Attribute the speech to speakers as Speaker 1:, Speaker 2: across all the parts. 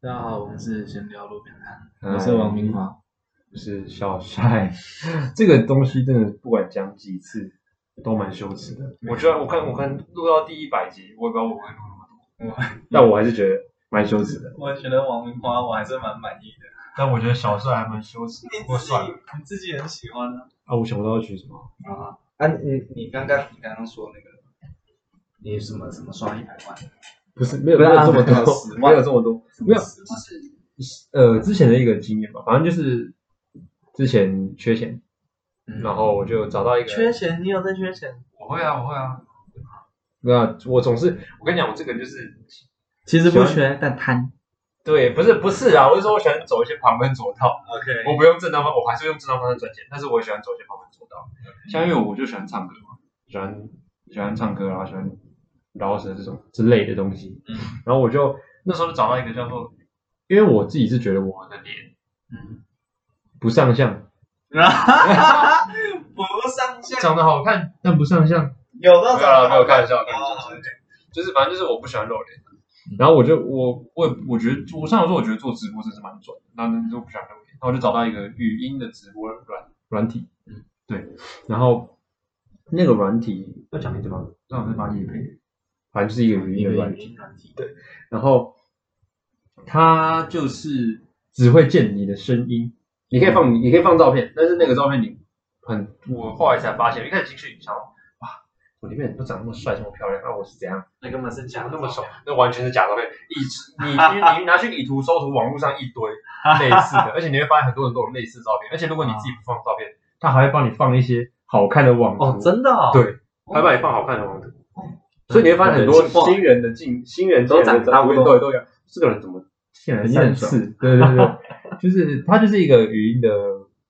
Speaker 1: 大家好，我们是闲聊路边摊，
Speaker 2: 嗨
Speaker 1: 呃我是王明华。
Speaker 2: 就是小帅，这个东西真的不管讲几次都蛮羞耻的。我觉得我看我看录到第一百集，我也不知道我会录那么多，但我还是觉得蛮羞耻的。
Speaker 1: 我觉得王明华我还是蛮满意的，
Speaker 2: 但我觉得小帅还蛮羞耻
Speaker 1: 你自己你自己很喜欢的
Speaker 2: 啊，我想不到要取什么。
Speaker 1: 啊。啊，你你刚刚你刚刚说那个，你什么什么刷一百万，
Speaker 2: 不是没有
Speaker 1: 不
Speaker 2: 没
Speaker 1: 是
Speaker 2: 有这么
Speaker 1: 啊
Speaker 2: 多， 没有这么多，
Speaker 1: 什么
Speaker 2: 没有
Speaker 1: 十万
Speaker 2: 呃之前的一个经验吧，反正就是之前缺钱，
Speaker 1: 嗯
Speaker 2: 然后我就找到一个
Speaker 1: 缺钱，你有在缺钱？
Speaker 2: 我会啊我会啊，那啊我总是我跟你讲，我这个就是
Speaker 1: 其实不
Speaker 2: 喜
Speaker 1: 缺，但贪。
Speaker 2: 对，不是不是啊，我是说我喜欢走一些旁门左道。我
Speaker 1: OK，
Speaker 2: 不用正当方，我还是用正当方式赚钱，但是我也喜欢走一些旁门左道。像因为我就喜欢唱歌嘛，喜欢喜欢唱歌，然啊后喜欢饶舌这种之类的东西。
Speaker 1: 嗯
Speaker 2: 然后我就那时候就找到一个叫做，因为我自己是觉得我的脸
Speaker 1: 嗯，
Speaker 2: 不上相，
Speaker 1: 不上线，
Speaker 2: 长得好看但不上相，
Speaker 1: 有到
Speaker 2: 没有啦没有开玩笑
Speaker 1: 哦
Speaker 2: 开玩笑
Speaker 1: 好，OK
Speaker 2: 就是反正就是我不喜欢露脸。然后我就我我也我觉得我上来说我觉得做直播真是蛮准的，那那就不喜欢露脸，然后我就找到一个语音的直播软软体，
Speaker 1: 嗯，
Speaker 2: 对，然后那个软体要
Speaker 1: 讲一
Speaker 2: 对吧？正好是把你配，反正就是一个语音的软
Speaker 1: 语
Speaker 2: 体，
Speaker 1: 音软体
Speaker 2: 然后它就是只会见你的声音，你可以放你可以放照片，但是那个照片你很我后来才发现，一开始进去想哇，我里面人都长那么帅这么漂亮，那我是怎样？
Speaker 1: 那根本是假的，
Speaker 2: 那么丑，那完全是假照片。以至你你你拿去以图搜图，网络上一堆类似的，而且你会发现很多人都有类似的照片，而且如果你自己不放照片，他还会帮你放一些好看的网图，
Speaker 1: 哦，真的哦，
Speaker 2: 对，还会帮你放好看的网图。所以你会发现哦很多新人的进新人进来的照片都有都有，这个人怎么现在三次？对对对，就是它就是一个语音的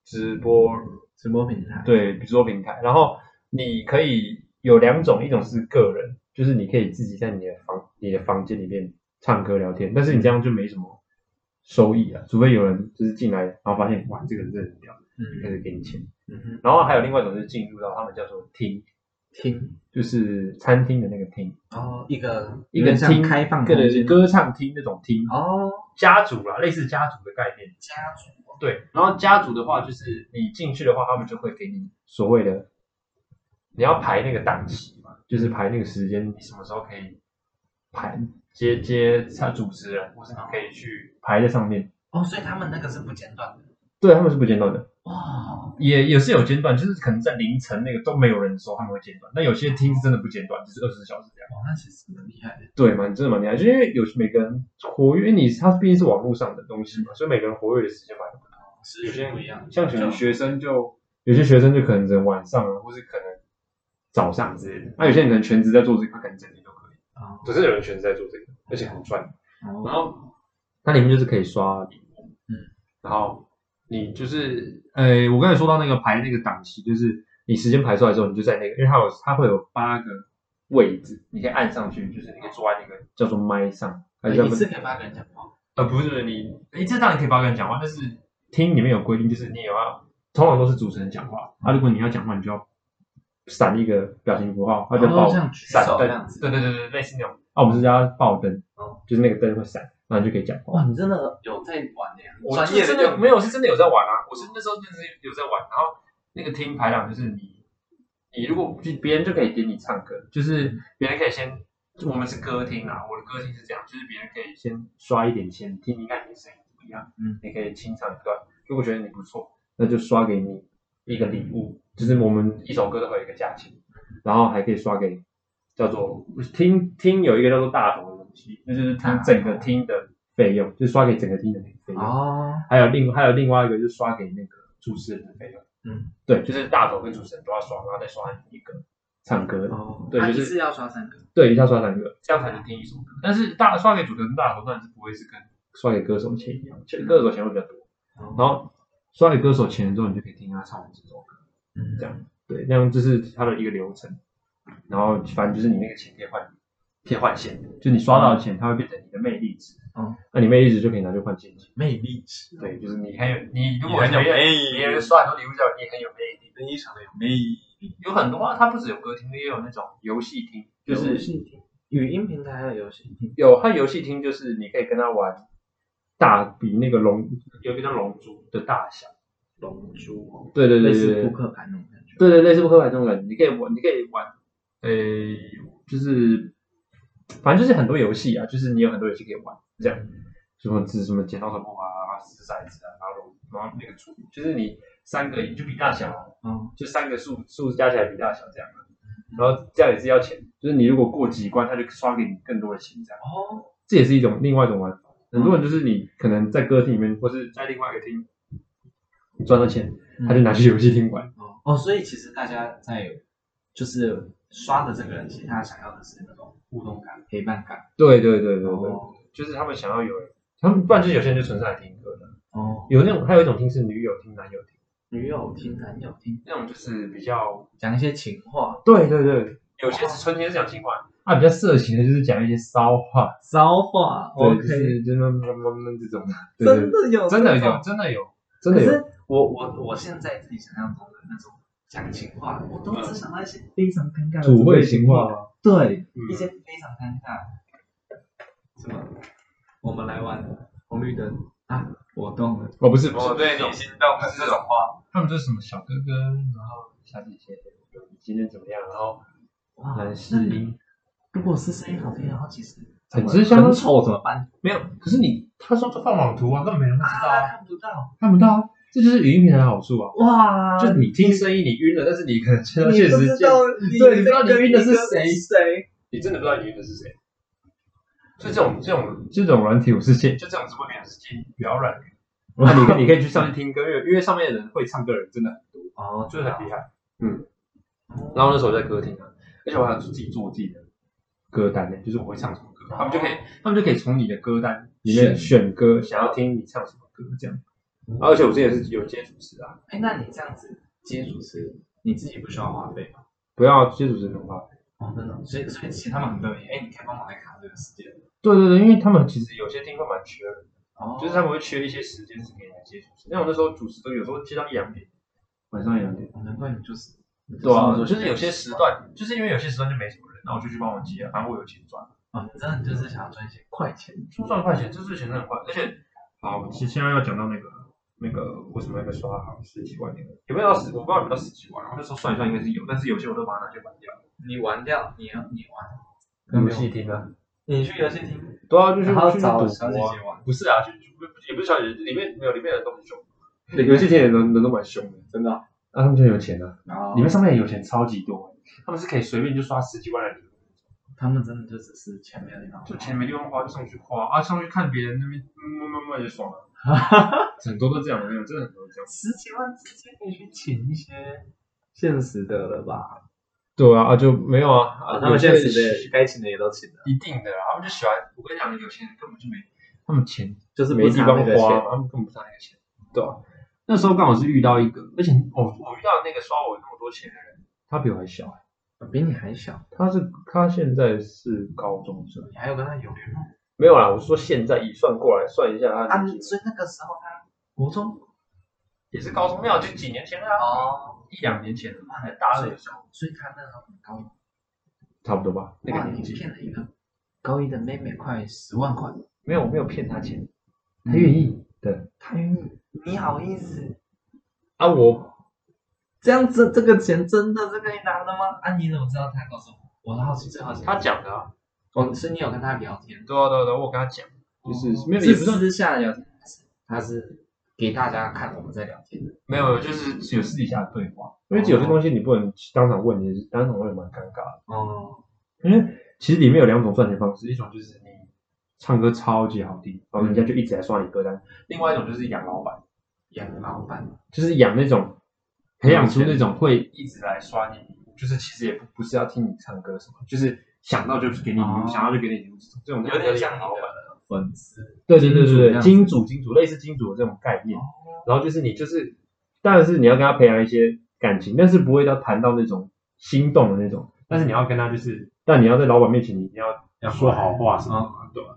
Speaker 2: 直播
Speaker 1: 直播平台，
Speaker 2: 对，直播平台。然后你可以有两种，一种是个人，就是你可以自己在你的房你的房间里面唱歌聊天，但是你这样就没什么收益啊，除非有人就是进来，然后发现哇，这个人真的很屌，就开
Speaker 1: 嗯
Speaker 2: 始给你钱。
Speaker 1: 嗯，
Speaker 2: 然后还有另外一种是进入到他们叫做厅，
Speaker 1: 听，
Speaker 2: 就是餐厅的那个厅，
Speaker 1: 然后哦一个
Speaker 2: 一个
Speaker 1: 像
Speaker 2: 厅
Speaker 1: 开放
Speaker 2: 个
Speaker 1: 空
Speaker 2: 人
Speaker 1: 间，
Speaker 2: 歌唱厅那种厅，
Speaker 1: 哦，
Speaker 2: 家族啦，类似家族的概念。
Speaker 1: 家族
Speaker 2: 对，然后家族的话，就是你进去的话，他们就会给你所谓的，你要排那个档期嘛，就是排那个时间，你什么时候可以排接接他主持人，或是你可以去排在上面。
Speaker 1: 哦，所以他们那个是不间断的。
Speaker 2: 对，他们是不间断的，
Speaker 1: 哇，
Speaker 2: 也也是有间断，就是可能在凌晨那个都没有人的时候，他们会间断。那有些厅是真的不间断，就是二十小时这样。
Speaker 1: 哇，那其实蛮厉害的。
Speaker 2: 对，蛮真的蛮厉害，就因为有每个人活跃，因为你它毕竟是网络上的东西嘛，所以每个人活跃的时间蛮
Speaker 1: 是有些不一样，
Speaker 2: 嗯像可能
Speaker 1: 就
Speaker 2: 学生就有些学生就可能只能晚上啊，或是可能早上之类的。啊那有些人可能全职在做这个，他可能整天都可以。
Speaker 1: 哦
Speaker 2: 可是有人全职在做这个，而且很赚。
Speaker 1: 哦
Speaker 2: 然后它里面就是可以刷礼物，
Speaker 1: 嗯，
Speaker 2: 然后你就是呃，我刚才说到那个排那个档期，就是你时间排出来之后，你就在那个，因为它有它会有八个位置，你可以按上去，就是你可以坐在那个叫做麦上，还是叫
Speaker 1: 哎一
Speaker 2: 做
Speaker 1: 次可以八个人讲话，
Speaker 2: 呃，不是你，诶这当然可以八个人讲话，但是听里面有规定，就是你有要，通常都是主持人讲话，啊，如果你要讲话，你就要闪一个表情符号，它就
Speaker 1: 哦
Speaker 2: 爆
Speaker 1: 像举
Speaker 2: 闪
Speaker 1: 手这样
Speaker 2: 灯
Speaker 1: 子，
Speaker 2: 对对对对，类似那种，啊，我们是叫它爆灯
Speaker 1: 哦，
Speaker 2: 就是那个灯会闪，然后你就可以讲话。
Speaker 1: 哇，你真的有在玩耶，
Speaker 2: 我
Speaker 1: 专
Speaker 2: 是
Speaker 1: 业的哦
Speaker 2: 真的
Speaker 1: 用
Speaker 2: 没有是真的有在玩啊，我是那时候真的是有在玩，然后那个听排档就是你，你如果就别人就可以点你唱歌，就是别人可以先，我们是歌厅啊，我的歌厅是这样，就是别人可以先刷一点钱听听看你的声音怎么样，
Speaker 1: 嗯，
Speaker 2: 你可以清唱一段，如果觉得你不错，那就刷给你一个礼物，就是我们一首歌都会有一个价钱，然后还可以刷给叫做听听有一个叫做大头的东西，那就是听整个厅的费用，就刷给整个厅的费用。
Speaker 1: 哦，
Speaker 2: 还有另还有另外一个就是刷给那个主持人的费用，
Speaker 1: 嗯，
Speaker 2: 对，就是大头跟主持人都要刷，然后再刷一个唱歌，
Speaker 1: 哦，
Speaker 2: 对
Speaker 1: 他
Speaker 2: 就是
Speaker 1: 一次要刷三个，
Speaker 2: 对，一下刷三个，这样才能听一首歌。但是大刷给主持人大头当然是不会是跟刷给歌手钱一样，其实歌手钱会比较多。然后刷给歌手钱了之后，你就可以听他唱完这首歌，
Speaker 1: 嗯
Speaker 2: 这样对，那样这是它的一个流程。然后反正就是你那个钱可以换可以换现，就你刷到的钱，它会变成你的魅力值。
Speaker 1: 嗯，
Speaker 2: 那你魅力值就可以拿去换现金。
Speaker 1: 魅力值，
Speaker 2: 对，就是你很有你，如
Speaker 1: 你
Speaker 2: 果
Speaker 1: 很有
Speaker 2: 别人
Speaker 1: 魅力
Speaker 2: 别人刷很多礼物叫你很有魅力，
Speaker 1: 非常有魅力，
Speaker 2: 有很多啊，它不只有歌厅，也有那种游戏厅，就
Speaker 1: 游
Speaker 2: 是
Speaker 1: 戏厅语音平台还有游戏厅，
Speaker 2: 有它游戏厅就是你可以跟他玩大比那个龙有一个叫龙珠的大小，
Speaker 1: 龙珠哦，
Speaker 2: 对对对
Speaker 1: 类
Speaker 2: 对
Speaker 1: 似
Speaker 2: 对
Speaker 1: 扑，克牌那种感觉。
Speaker 2: 对对类似扑克牌这种感觉，你可以玩，你可以玩，呃，就是反正就是很多游戏啊，就是你有很多游戏可以玩，这样什么这什么剪刀手布啊、掷骰子啊，然后龙然后那个珠，就是你三个你就比大小啊，
Speaker 1: 嗯，
Speaker 2: 就三个数数加起来比大小这样啊，然后这样也是要钱，就是你如果过几关，他就刷给你更多的钱这样。
Speaker 1: 哦，
Speaker 2: 这也是一种另外一种玩法。
Speaker 1: 嗯
Speaker 2: 很多人就是你可能在歌厅里面，或是在另外一个厅赚到钱，他就拿去游戏厅玩。
Speaker 1: 哦哦，所以其实大家在就是刷的这个人，其实他想要的是那种互动感、陪伴感。
Speaker 2: 对对对对对，
Speaker 1: 哦
Speaker 2: 就是他们想要有人，他们不然就是有些人就纯粹来听歌的，
Speaker 1: 哦，
Speaker 2: 有那种还有一种听是女友听、男友听，
Speaker 1: 女友听，男友听，
Speaker 2: 那种就是比较
Speaker 1: 讲一些情话、
Speaker 2: 对对对，有些是纯情是讲情话，啊比较色情的就是讲一些骚话，
Speaker 1: 骚话。
Speaker 2: 对，
Speaker 1: OK，
Speaker 2: 就是就是么么么么这种，对
Speaker 1: 真
Speaker 2: 哦对，
Speaker 1: 的有，
Speaker 2: 真的有，真的有，真
Speaker 1: 可
Speaker 2: 的有，
Speaker 1: 是我我我现在自己想象中的那种讲情话，我都只想到一些非常尴尬的
Speaker 2: 土味情
Speaker 1: 情
Speaker 2: 话
Speaker 1: 话，
Speaker 2: 吗？
Speaker 1: 对，
Speaker 2: 嗯
Speaker 1: 一些非常尴尬。什么？我们来玩红绿灯啊！我动了，
Speaker 2: 哦不是不是，那种
Speaker 1: 心动了这种话。
Speaker 2: 他们就是什么小哥哥，然后小姐姐，你今天怎么样？然后
Speaker 1: 哇，
Speaker 2: 男士音
Speaker 1: 如果是声音好听，然后其实
Speaker 2: 很吃香
Speaker 1: 很丑怎么办？
Speaker 2: 没有，可是你他说他放网图啊，根本没人会知道
Speaker 1: 啊，
Speaker 2: 啊，
Speaker 1: 看不到
Speaker 2: 看不到啊，这就是语音平台的好处啊。
Speaker 1: 哇！
Speaker 2: 就你听声音你晕了，但是你可能接到现
Speaker 1: 你不
Speaker 2: 实
Speaker 1: 知
Speaker 2: 见，
Speaker 1: 道，
Speaker 2: 对你不知道你晕的是谁
Speaker 1: 谁？
Speaker 2: 你真的不知道你晕的是谁。所以这种这种这种软体，我是建就这种直播平台是建议不要软体。 那你可以你可以去上面听歌，因为因为上面的人会唱歌的人真的很多，
Speaker 1: 哦，
Speaker 2: 就是很厉害。嗯，然后那时候我在歌厅啊，而且我还有自己做我自己的歌单呢，就是我会唱什么歌，他们就可以他们就可以从你的歌单里面
Speaker 1: 选
Speaker 2: 选歌，嗯想要听你唱什么歌这样。啊而且我之前是有接主持啊，
Speaker 1: 哎，那你这样子接主持，你自己不需要花费吗？
Speaker 2: 不要接主持的话，
Speaker 1: 哦，真的，所以所以其实他们很乐意，哎，你可以帮忙来卡这个时间，
Speaker 2: 对对对，因为他们其实有些厅会蛮缺人，
Speaker 1: 哦
Speaker 2: 就是他们会缺一些时间是给你来接主持。那我那时候主持都有时候接到一两点，晚上一两点。
Speaker 1: 哦难怪你就是
Speaker 2: 对啊，就是有些时段，就是因为有些时段就没什么人，那我就去帮忙接啊，反正我有钱赚，
Speaker 1: 啊，你真的就是想要赚一些快钱，
Speaker 2: 说赚快钱，这是钱真的很快。而且，好，其实现在要讲到那个那个为什么要被刷好十几万那个，有没有到十？我不知道有没有到十几万，然后那时候算一算应该是有，但是有些我都把它拿去买掉。
Speaker 1: 你玩掉，你要你玩，
Speaker 2: 游戏厅啊，
Speaker 1: 你去游戏厅，
Speaker 2: 对啊，就是
Speaker 1: 然后
Speaker 2: 去赌
Speaker 1: 找小姐
Speaker 2: 博啊。
Speaker 1: 姐玩，
Speaker 2: 不是啊，就不也不是小姐姐，里面没有里面的人都很凶，游戏厅的人人都蛮凶的，
Speaker 1: 真的啊，
Speaker 2: 啊，他们就很有钱啊，
Speaker 1: 然
Speaker 2: 里面上面有钱超级多，欸他们是可以随便就刷十几万的礼物，
Speaker 1: 他们真的就只是钱没有地方花，
Speaker 2: 就钱没地方花就上去花啊，上去看别人那边嗯摸摸摸就爽 了，很多都这样的，真的很多都这样。
Speaker 1: 十几万直接可以去请一些现实的了吧？
Speaker 2: 对啊，啊就没有啊，
Speaker 1: 啊，
Speaker 2: 啊
Speaker 1: 他们现实的也该请的也都请了，
Speaker 2: 一定的，啊他们就喜欢，我跟你讲，有钱人根本就没，他们钱
Speaker 1: 就是
Speaker 2: 没地方
Speaker 1: 不差那个
Speaker 2: 花啊
Speaker 1: 钱，
Speaker 2: 嘛，他们根本不差那个钱，对啊吧、那时候刚好是遇到一个，而且我我遇到那个刷我那么多钱的人，他比我还小、啊
Speaker 1: 比你还小，
Speaker 2: 他是他现在是高中生，
Speaker 1: 你还有跟他有联络？
Speaker 2: 没有啦，我是说现在一算过来算一下他
Speaker 1: 啊，
Speaker 2: 年纪
Speaker 1: 所以那个时候他国中
Speaker 2: 也是高中，没有就几年前了啊，
Speaker 1: 哦，
Speaker 2: 一两年前了，还大二的时候，
Speaker 1: 所以他那时候很高一，
Speaker 2: 差不多吧，那
Speaker 1: 哇
Speaker 2: 个年
Speaker 1: 你
Speaker 2: 纪，
Speaker 1: 骗了一个高一的妹妹快十万块，
Speaker 2: 没有我没有骗他钱，他愿意的
Speaker 1: 他愿意，你好意思？
Speaker 2: 啊，我
Speaker 1: 这样子这个钱真的是可以拿的吗？啊，你怎么知道他告诉我？我的好奇最好奇，
Speaker 2: 他讲的啊，
Speaker 1: 哦，是你有跟他聊天，
Speaker 2: 对啊对啊对啊，我跟他讲，就是
Speaker 1: 哦
Speaker 2: 没有也
Speaker 1: 是
Speaker 2: 不算
Speaker 1: 私下聊天，还是他是给大家看我们在聊天的？
Speaker 2: 没有，就是有私底下的对话，因为有些东西你不能当场问，你当场问也蛮尴尬的。
Speaker 1: 哦，
Speaker 2: 因为其实里面有两种赚钱方式，一种就是你唱歌超级好听，然后人家就一直在刷你歌单；，另外一种就是养老板，
Speaker 1: 养老板，
Speaker 2: 就是养那种培养出那种会一直来刷你，就是其实也不不是要听你唱歌什么，就是想到就给你礼物，
Speaker 1: 哦
Speaker 2: 想到就给你礼物，这种
Speaker 1: 有点像你
Speaker 2: 老板。
Speaker 1: 的粉丝，
Speaker 2: 对对对对对，
Speaker 1: 金
Speaker 2: 金主金主类似金主的这种概念，
Speaker 1: 哦
Speaker 2: 然后就是你就是，当然是你要跟他培养一些感情，但是不会到谈到那种心动的那种，但是你要跟他就是，但你要在老板面前你一定要要说好话什么的嘛，对吧？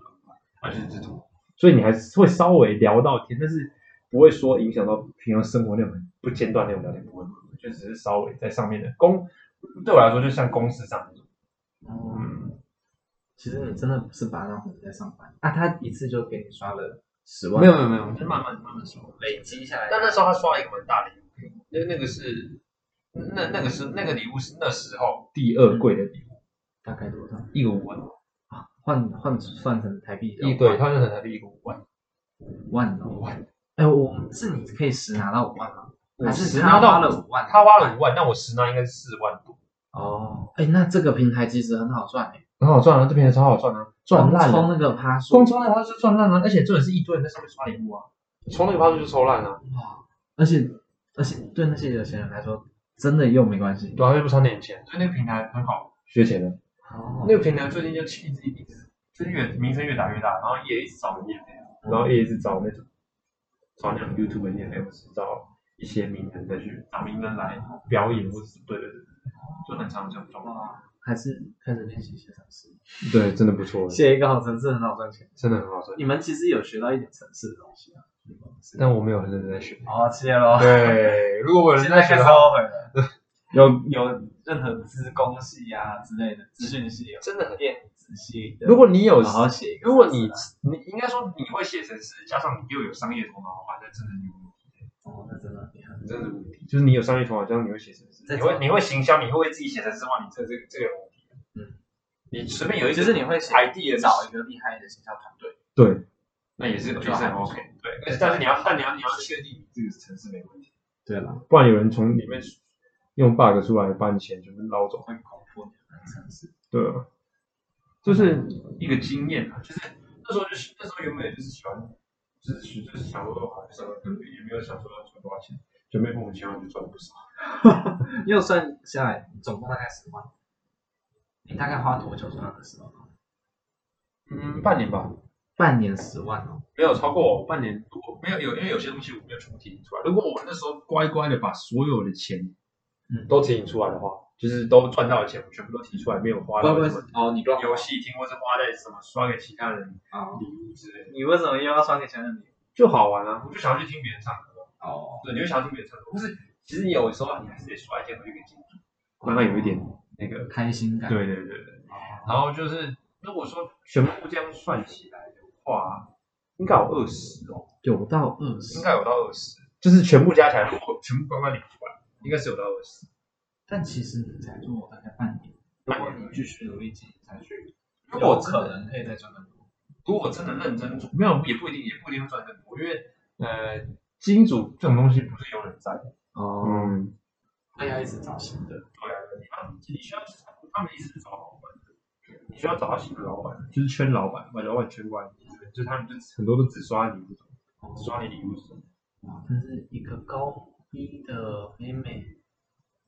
Speaker 2: 啊，就是这种，所以你还是会稍微聊到天，但是不会说影响到平常生活那种很不间断那种聊天，不会，不会就只是稍微在上面的公，对我来说就像公司上那种，
Speaker 1: 哦，
Speaker 2: 嗯，
Speaker 1: 啊其实你真的不是把他当成在上班，那、他一次就给你刷了
Speaker 3: 十万
Speaker 2: 没有没有没有，
Speaker 3: 就是慢慢慢慢刷，累积下来。但那时候他刷了一个蛮大的礼物，那那个是那那个是那个礼物是那时候
Speaker 2: 第二贵的礼物，
Speaker 1: 大概多少？啊
Speaker 2: 一个五万，
Speaker 1: 换换算成台币
Speaker 2: 一对，他就很台币一个五万，
Speaker 1: 五万哦。
Speaker 2: 五万，
Speaker 1: 哎，我是你可以实拿到五万吗？还是
Speaker 2: 十
Speaker 1: 他花
Speaker 2: 拿到
Speaker 1: 了五万？
Speaker 2: 他花了五万，那我十拿应该是四万多，
Speaker 1: 哦，哎，那这个平台其实很好赚哎，
Speaker 2: 很好赚啊，这边也超好赚啊，赚烂
Speaker 1: 光冲，
Speaker 2: 了
Speaker 1: 那个趴数
Speaker 2: 光，抽烂他是赚烂了，而且重点是一堆人在上面刷礼物啊，抽那个趴数就抽烂了，
Speaker 1: 哇！而且而且对那些有钱人来说，真的用没关系。
Speaker 2: 对啊，又不差那点钱，所以那个平台很好，学钱了。
Speaker 1: 哦
Speaker 2: 那个平台最近就一直一直就是越名声越打越大，然后也一直找业配，啊嗯然后也一直找那种找那种 YouTube 的业配，或是找一些名人再去找名人来表演，或是对对对，就很常这种状况。
Speaker 1: 哇，还是开始练习写程式，
Speaker 2: 对，真的不错，
Speaker 1: 写一个好程式很好赚钱。
Speaker 2: 真的很好赚。
Speaker 1: 你们其实有学到一点程式的东西啊？
Speaker 2: 但我没有很认真在学。
Speaker 1: 哦，谢喽。
Speaker 2: 对，如果我有人
Speaker 1: 现
Speaker 2: 在
Speaker 1: 在
Speaker 2: 学
Speaker 1: 开始
Speaker 2: 的 话，
Speaker 1: 后悔了。有有任何资工系啊之类的资讯系、
Speaker 2: 真的很
Speaker 1: 电子系的，
Speaker 2: 如果你有，
Speaker 1: 好好写一个
Speaker 2: 如
Speaker 1: 程式啊，
Speaker 2: 果你你应该说你会写程式，加上你又有商业头脑的话，那真的牛。
Speaker 1: 哦，那真的很厉害。
Speaker 2: 真的无敌。就是你有商业头脑，加上你会写程式，
Speaker 1: 在
Speaker 2: 你
Speaker 1: 做
Speaker 2: 会你会行销，你会为自己写程式吗？你这这这个人无敌。
Speaker 1: 嗯，
Speaker 2: 你随便有一
Speaker 1: 就
Speaker 2: 些
Speaker 1: 是你会写
Speaker 2: idea
Speaker 1: 找一个厉害的形象团队，
Speaker 2: 对，那也是
Speaker 1: 就
Speaker 2: 就是
Speaker 1: 还
Speaker 2: 很
Speaker 1: 不错
Speaker 2: OK。对，但是但是你要但你要你要确定你这个程式没问题，
Speaker 1: 对了，
Speaker 2: 不然有人从里面用 bug 出来把你钱全部捞走。
Speaker 1: 会恐怖你的城市。
Speaker 2: 对啊，就是一个经验啊，就是那时候就是那时候原本就是喜欢，就是喜就是想说好像也没有想说要赚多少钱，准备莫名其妙就赚了不少。
Speaker 1: 又算下来，你总共大概十万，你大概花多久赚的十万？
Speaker 2: 嗯，半年吧，
Speaker 1: 半年十万哦，
Speaker 2: 没有超过半年多，没有有，因为有些东西我没有全部提醒出来。如果我那时候乖乖的把所有的钱
Speaker 1: 嗯
Speaker 2: 都提醒出来的话，就是都赚到的钱我全部都提出来，没有花
Speaker 1: 乖
Speaker 2: 到
Speaker 1: 乖
Speaker 2: 什么
Speaker 1: 哦，你
Speaker 2: 游戏厅或是花在什么刷给其他人
Speaker 1: 哦，
Speaker 2: 礼物之类的，
Speaker 1: 你为什么又要算给前任你？
Speaker 2: 就好玩啊！我就想要去听别人唱歌，
Speaker 1: 哦，
Speaker 2: 对，你就想要听别人唱歌，或是其实有时候你还是得刷一些回去给金主，让他有一点那个，
Speaker 1: 开心感。
Speaker 2: 对对对对。然后就是如果说全部这样算起来的话，应该有二十哦。
Speaker 1: 有到二十
Speaker 2: 应，该有到二十，就是全部加起来，如果全部乖乖领出来，应该是有到二十。
Speaker 1: 但其实你才做大概半年，如
Speaker 2: 半
Speaker 1: 果
Speaker 2: 年
Speaker 1: 你继续努力经营下去，
Speaker 2: 如果
Speaker 1: 有
Speaker 2: 真
Speaker 1: 可
Speaker 2: 的，
Speaker 1: 能可以再赚更多。
Speaker 2: 如果真的认真做，没有也不一定，也不一定会赚更多，因为呃，金主这种东西不是永远在的。
Speaker 1: 哦，
Speaker 2: 嗯，
Speaker 1: 那要一直找新的。
Speaker 2: 对啊，你要你需要他们一直是找老板的，你需要找到新的老板，就是圈老板，把老板圈过来，就是他们就很多都只刷你这种，只刷你礼物这种。
Speaker 1: 哇，哦但是一个高逼的妹妹，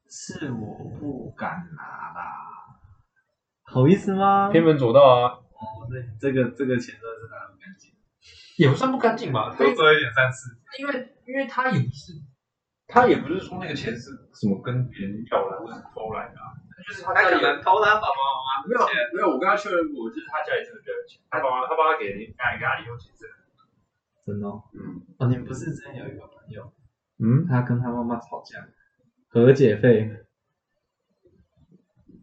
Speaker 1: 是我不敢拿啦，好意思吗？
Speaker 2: 门左道啊，
Speaker 1: 哦，那这个这个钱真的是拿得很干净，
Speaker 2: 也不算不干净吧，
Speaker 1: 多做一点善事。
Speaker 2: 因为因为他也不是，他也不是说那个钱是什么跟别人要来或是偷来的、啊，就是他
Speaker 1: 他
Speaker 2: 家
Speaker 1: 可
Speaker 2: 里
Speaker 1: 能偷他爸爸妈妈
Speaker 2: 没
Speaker 1: 的
Speaker 2: 有
Speaker 1: 钱，
Speaker 2: 没有，我跟他确认过，就是他家里真的比较有钱，他爸妈他爸妈给人家给他零用钱是，
Speaker 1: 真的哦。
Speaker 2: 嗯
Speaker 1: 哦，你们不是之前有一个朋友，
Speaker 2: 嗯，
Speaker 1: 他跟他妈妈吵架，和解费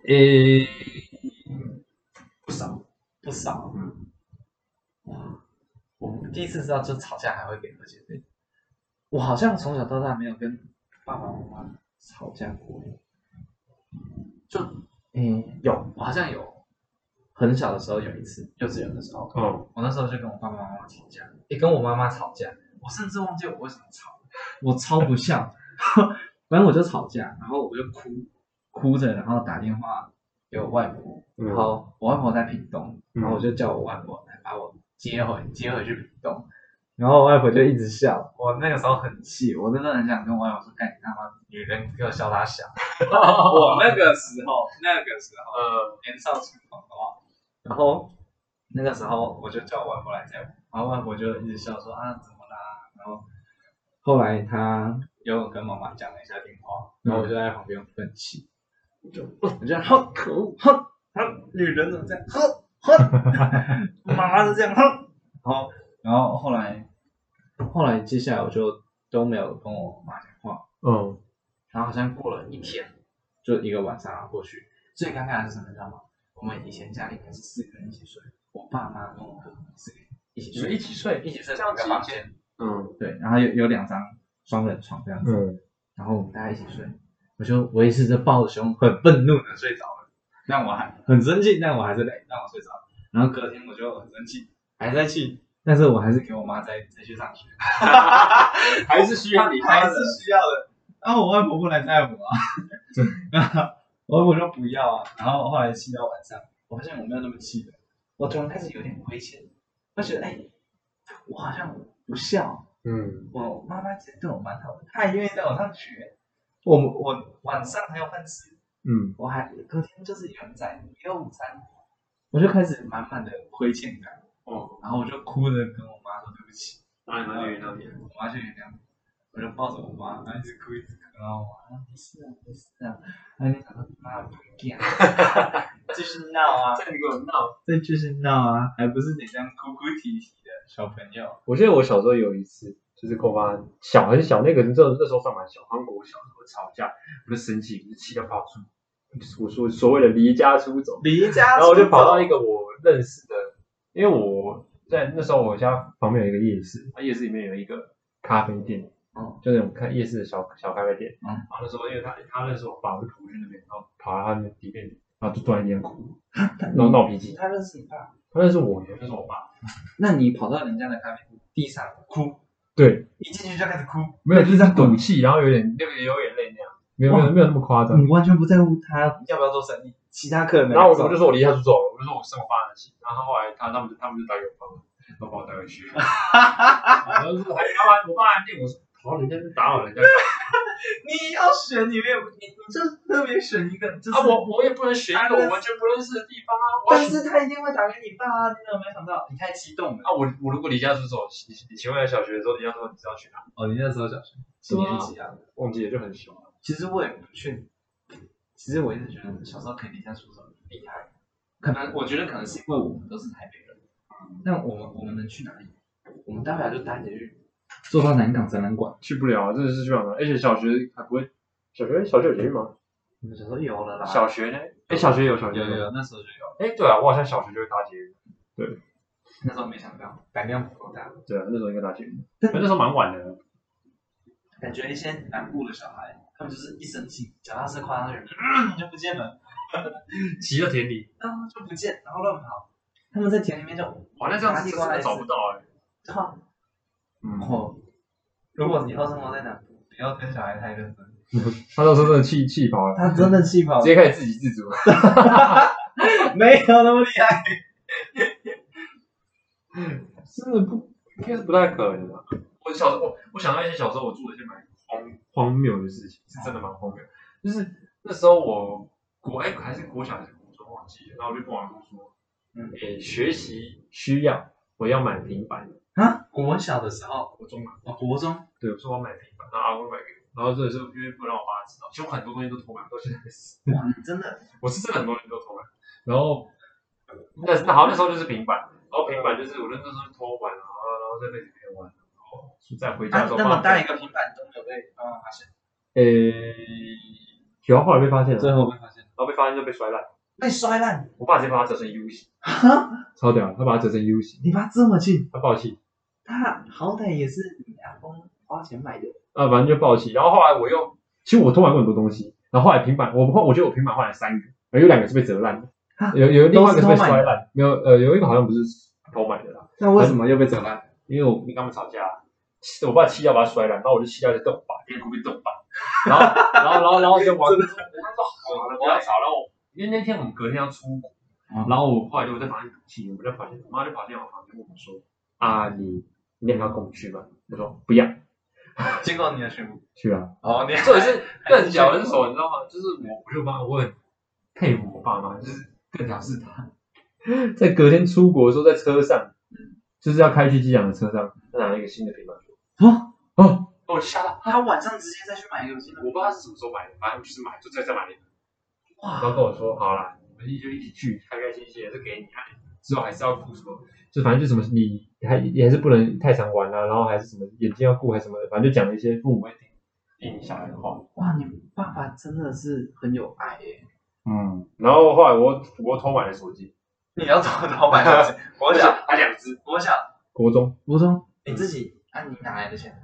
Speaker 2: 诶、不少，
Speaker 1: 不少。
Speaker 2: 嗯，
Speaker 1: 哇，我们第一次知道，就吵架还会给和解费。我好像从小到大没有跟爸爸妈妈吵架过，就嗯有，我好像有，很小的时候有一次，幼稚园的时候，
Speaker 2: 哦，
Speaker 1: 我那时候就跟我爸爸妈妈吵架，也跟我妈妈吵架，我甚至忘记我为什么吵，我超不孝， 反正我就吵架，然后我就哭，哭着，然后打电话给我外婆，然后我外婆在屏东，
Speaker 2: 嗯
Speaker 1: 然后我就叫我外婆来把我接回接回去屏东，然后我外婆就一直笑，我那个时候很气，我真的很想跟我外婆说，干你他妈女人给我笑她小， 我那个时候那个时候
Speaker 2: 呃，
Speaker 1: 年少轻狂的话，然后那个时候我就叫我外婆来载我，然后外婆就一直笑说啊怎么啦，然后后来她又跟妈妈讲了一下电话，然后我就在旁边分气。我就我就哼，可恶，哼，哼，女人怎么这样，哼，哼， 妈的这样，哼。然后，然后后来，后来接下来我就都没有跟我妈讲话，
Speaker 2: 嗯，
Speaker 1: 然后好像过了一天，就一个晚上啊过去。最尴尬的是什么，你知道吗？我们以前家里面是四个人一起睡，我爸妈跟我哥四个人一起
Speaker 2: 你们一
Speaker 1: 睡，
Speaker 2: 起睡，
Speaker 1: 一起睡
Speaker 3: 这样
Speaker 1: 同一个
Speaker 3: 子
Speaker 1: 房
Speaker 3: 一
Speaker 1: 间，
Speaker 2: 嗯
Speaker 1: 对，然后有有两张双人床这样子，
Speaker 2: 嗯，
Speaker 1: 然后我们大家一起睡，我就维持着抱着胸，很愤怒的睡着了，但我还很生气，但我还是累，但我睡着了，然后隔天我就很生气，还在气，但是我还是给我妈再再去上学，
Speaker 2: 还是需要你
Speaker 1: 还
Speaker 2: 妈
Speaker 1: 是
Speaker 2: 的，
Speaker 1: 需要的。然后我外婆不来载我啊， 我外婆说不要啊。然后后来气到晚上，我发现我没有那么气了，我突然开始有点亏欠，我觉得哎，我好像不孝，
Speaker 2: 嗯
Speaker 1: 我妈妈其实对我蛮好的，她还愿意带我上学。我我晚上还有饭吃，
Speaker 2: 嗯，
Speaker 1: 我还隔天就是有人在，也有午餐，我就开始满满的亏欠感，
Speaker 2: 哦，
Speaker 1: 然后我就哭着跟我妈说对不起。
Speaker 2: 那你
Speaker 1: 妈就
Speaker 2: 原
Speaker 1: 原
Speaker 2: 谅
Speaker 1: 我妈就原谅我，我就抱着我妈，然后一直哭一直哭，然后我妈没事啊没事啊，然后就想说妈不一样，继续闹啊，
Speaker 2: 再给我闹。
Speaker 1: 再继续闹啊，还不是你这样哭哭啼啼的小朋友，
Speaker 2: 我记得我小时候有一次，就是跟我妈小很小，那个那时候那时候算蛮小，韩国小时候吵架，我就生气，我就气到爆出，就是我说所谓的离家出走，
Speaker 1: 离家
Speaker 2: 然后我就跑到一个我认识的，因为我在那时候我家旁边有一个夜市，啊那夜市里面有一个咖啡店，
Speaker 1: 嗯
Speaker 2: 就那种开夜市的小小咖啡店，
Speaker 1: 嗯
Speaker 2: 然后那时候因为他他认识我爸，我就跑去那边，然后跑到他那里面，然后就坐在那边哭，然后闹脾气，
Speaker 1: 他认识你爸，
Speaker 2: 他认识我，也认识我爸，
Speaker 1: 那你跑到人家的咖啡厅地上哭，
Speaker 2: 对，
Speaker 1: 一进去就开始哭，
Speaker 2: 没有就是在赌气，然后有点流流眼泪那样，没有没有没有那么夸张，
Speaker 1: 你完全不在乎他要不要做生意，其他客人
Speaker 2: 然后我我
Speaker 1: 走
Speaker 2: 就说我离家出走了，我就说我生我爸的气，然后后来他他们就他们就打给我爸，然后把我带回去，然后就是还他爸我爸还念我说，好人家就打扰人家，啊
Speaker 1: 你要选你没有你你就特别选一个，就是、
Speaker 2: 我我也不能选一个我完全不认识的地方啊，我要
Speaker 1: 但
Speaker 2: 选
Speaker 1: 是他一定会打给你爸啊！你怎么没想到？你太激动了。
Speaker 2: 啊我我如果离家出走，你你请问小学的时候离家出走你是要去哪？
Speaker 1: 哦，你那时候小学几年级啊？
Speaker 2: 忘记了就很凶，
Speaker 1: 其实我也不确定。其实我一直觉得小时候可以离家出走很厉害，可能我觉得可能是因为我们都是台北人，但我们我们能去哪里？我们大不了就搭捷运，坐到南港展览馆。
Speaker 2: 去不了，真的是去不了，而且小学还不会，小学小学有去吗？
Speaker 1: 你们小时候有了啦？
Speaker 2: 小学呢？哎，小学有小学
Speaker 1: 有有
Speaker 2: 有，
Speaker 1: 有，那时候就有，
Speaker 2: 哎，对啊，我好像小学就会搭捷运，
Speaker 1: 那时候没想到胆量不够大，
Speaker 2: 对啊，那时候应该搭捷运，可那时候蛮晚的。
Speaker 1: 感觉一些南部的小孩，他们就是一生气，脚踏车跨上去，嗯，就不见了，
Speaker 2: 骑到田里，
Speaker 1: 然后就不见，然后乱跑。他们在田里面就
Speaker 2: 哇，那这样子真的找不到哎、
Speaker 1: 靠，
Speaker 2: 嗯
Speaker 1: 然后，如果以后生活在南部，不要跟小孩太认真。
Speaker 2: 他到时候真的气气跑了，
Speaker 1: 他真的气跑
Speaker 2: 直接开始自给自足。
Speaker 1: 没有那么厉害。
Speaker 2: 真的不，应该是不太可能啊。我小时候，我我想到一些小时候我做的一些蛮荒荒谬的事情，是真的蛮荒谬。就是那时候我国哎、还是国小还是国中忘记了，然后我就跟我阿公说，
Speaker 1: 嗯
Speaker 2: 诶、学习需要，我要买平板。
Speaker 1: 啊，我小的时候，
Speaker 2: 国中嘛，
Speaker 1: 我国中，
Speaker 2: 对，我说我要买平板，然后阿公买给我，然后真的是因为不让我爸知道，其实我很多东西都偷买，我到现在还是。
Speaker 1: 哇，你真的，
Speaker 2: 我是真的很多人都偷玩，然后那那好那时候就是平板，然后平板就是我那时候偷玩，然后然后在那里面玩，然后再回
Speaker 1: 啊
Speaker 2: 家之后、，
Speaker 1: 那么大一个平板都没有被妈妈发现，
Speaker 2: 呃，有啊后来被发现了，然
Speaker 1: 后被发现，
Speaker 2: 后被发现就被摔烂，
Speaker 1: 被摔烂。
Speaker 2: 我爸直接把它折成 U 型，
Speaker 1: 哈，
Speaker 2: 超屌，啊他把它折成 U 型，
Speaker 1: 你爸这么近，
Speaker 2: 他暴气
Speaker 1: 他好歹也是你阿公花钱买的。
Speaker 2: 啊，反正就暴气，然后后来我又，其实我偷玩过很多东西，然后后来平板，我不我觉得我平板换了三个，有两个是被折烂的
Speaker 1: 啊，
Speaker 2: 有有另外一个是被
Speaker 1: 都是偷买
Speaker 2: 摔
Speaker 1: 的
Speaker 2: 烂，没有呃有一个好像不是偷买的啦。
Speaker 1: 那为什么又被折 烂？
Speaker 2: 因为我跟他们吵架，气我爸气到把他摔烂，然后我就气到在动吧，因为我被动吧，然后然后然后然后就玩，他说好了，不要吵，然后我因为那天我们隔天要出国，
Speaker 1: 嗯
Speaker 2: 然后我后来就我在房间赌气，我就跑进，我妈就跑进我房间问我说啊你你两个要跟我们去吗？我说不要
Speaker 1: 结果你的全部，
Speaker 2: 去啊，
Speaker 1: 哦， 你
Speaker 2: 这也是更屌的是什么？你知道吗？就是我我就妈我很佩服我爸妈，就是更屌是他在隔天出国的时候在车上，就是要开去机场的车上，他拿了一个新的平板。
Speaker 1: 啊，
Speaker 2: 哦，我吓到。
Speaker 1: 他晚上直接再去买一个新的，
Speaker 2: 我不知道他是什么时候买的，反正就是买，就再再买了一个。然后
Speaker 1: 哇，
Speaker 2: 跟我说，好啦，我们就一起去，开开心心的，就给你，啊之后还是要顾什么，就反正就什么，你还也还是不能太常玩啊，然后还是什么眼睛要顾，还是什么的，反正就讲了一些父母会听听你小孩的话。
Speaker 1: 哇，你爸爸真的是很有爱耶。
Speaker 2: 嗯，然后后来我我偷买了手机，
Speaker 1: 你要怎么偷买手机？我
Speaker 2: 而且
Speaker 1: 想，
Speaker 2: 还两只，
Speaker 1: 我想，
Speaker 4: 国中
Speaker 1: 国中你自己，啊，你哪来的钱？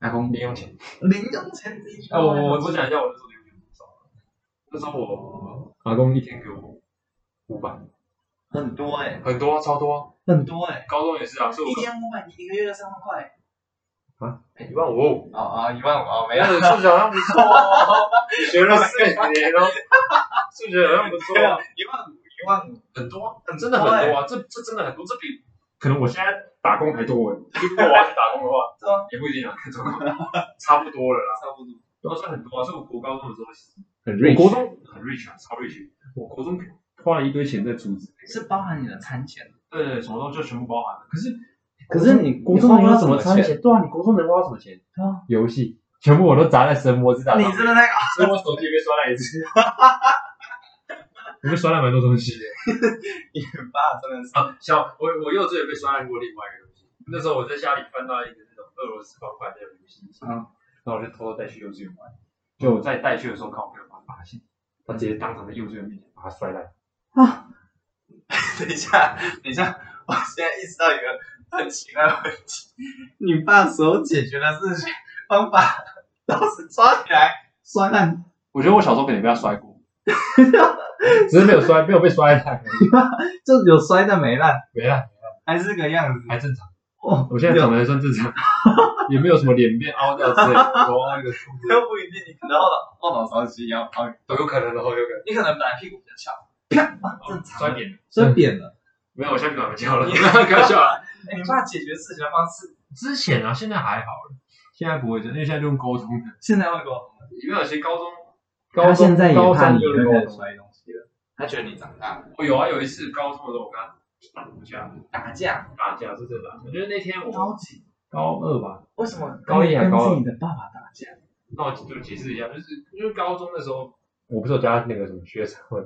Speaker 1: 阿公
Speaker 2: 零用钱。
Speaker 1: 零用钱自己
Speaker 2: 哎，我我我讲一下我那时候零用钱多少。那时候我
Speaker 4: 阿公一
Speaker 2: 一
Speaker 4: 天
Speaker 2: 天给我五百，
Speaker 1: 很多哎，
Speaker 2: 很多啊，超多啊。
Speaker 1: 很多哎，
Speaker 2: 高中也是啊，是我
Speaker 1: 一千五百，你一个月就三万块。
Speaker 2: 一万五，
Speaker 1: 哦哦，一万五哦，没
Speaker 2: 哎呀，
Speaker 1: 有。
Speaker 2: 数学好像不错 哦，学了四年哦，数学好像不错
Speaker 1: 对啊
Speaker 2: 啊，，
Speaker 1: 一万五，一万五，
Speaker 2: 很多啊，很真的很多啊，这这真的很多，这比可能我现在打工还多哎。 如果我要去打工的话，
Speaker 1: 对啊，
Speaker 2: 也不一定啊，看状况，差不多了啦。
Speaker 1: 差不多。
Speaker 2: 都是很多啊，所以我国高中的时候，我
Speaker 4: 很 rich，
Speaker 2: 国中很 rich 啊，超 rich。我国中
Speaker 4: 花了一堆钱在储值。
Speaker 1: 是包含你的餐钱。
Speaker 2: 对对，什么东西就全部包含了。可是
Speaker 1: 可是你
Speaker 4: 国
Speaker 1: 你
Speaker 4: 中
Speaker 1: 花
Speaker 4: 能
Speaker 1: 了
Speaker 4: 花什么
Speaker 1: 什么
Speaker 4: 餐钱？对啊，你国中能花什么钱？
Speaker 1: 对啊，
Speaker 4: 游戏全部我都砸在神魔之塔上，
Speaker 1: 真的那个，
Speaker 2: 所以我手机也被摔烂一次，
Speaker 4: 我被摔了蛮多东西的。
Speaker 1: 你很棒，真的是。
Speaker 2: 啊，小我我幼稚园被刷烂过另外一个东西。那时候我在家里翻到一个那种俄罗斯方块的游戏机，
Speaker 1: 嗯，
Speaker 4: 啊
Speaker 2: 然后我就偷偷带去幼稚园玩。就我在带去的时候，看我朋友把它发现，他直接当场在幼稚园面前把它摔烂。
Speaker 1: 等一下，等一下，我现在意识到一个很奇怪的问题：你爸所解决的事情方法都是抓起来摔烂。
Speaker 2: 我觉得我小时候可能被他摔 过，
Speaker 4: 只是没有摔，没有被摔烂，
Speaker 1: 就有摔但没烂，
Speaker 4: 没
Speaker 2: 啊
Speaker 4: 烂，
Speaker 1: 还是个样子。
Speaker 4: 还正常。
Speaker 1: 哦
Speaker 4: 我现在长得还算正 常，也没有什么脸变凹掉之类的。哇，那个数字
Speaker 1: 又不一定，你可能后脑后哦脑勺肌腰凹，
Speaker 2: 都有可能的，都有可
Speaker 1: 你可能本来屁股比较翘，啪，啊
Speaker 2: 能。
Speaker 1: 正
Speaker 2: 摔
Speaker 1: 常，
Speaker 2: 扁了，
Speaker 1: 摔扁了。
Speaker 2: 没有，我现在不敢叫了， 开玩笑啊。
Speaker 1: 哎，你爸解决事情的方式
Speaker 2: 之前啊，现在还好了，现在不会这样，因为现在就用沟通的。
Speaker 1: 现在会沟通。
Speaker 2: 因为有些高中，
Speaker 4: 高中高中就
Speaker 1: 会
Speaker 4: 是高
Speaker 1: 开始
Speaker 4: 中
Speaker 1: 摔东西了，他觉得你长大了。
Speaker 2: 我有啊，有一次高中的时候，我跟他打架，
Speaker 1: 打架，
Speaker 2: 打架是真的打架。就是那天我
Speaker 1: 高级，
Speaker 4: 高二吧，
Speaker 1: 为什么
Speaker 4: 高一还
Speaker 1: 跟
Speaker 4: 高二
Speaker 1: 自己的爸爸打架？
Speaker 2: 那我就解释一下，就是因为高中的时候，
Speaker 4: 我不是有加那个什么学生 会，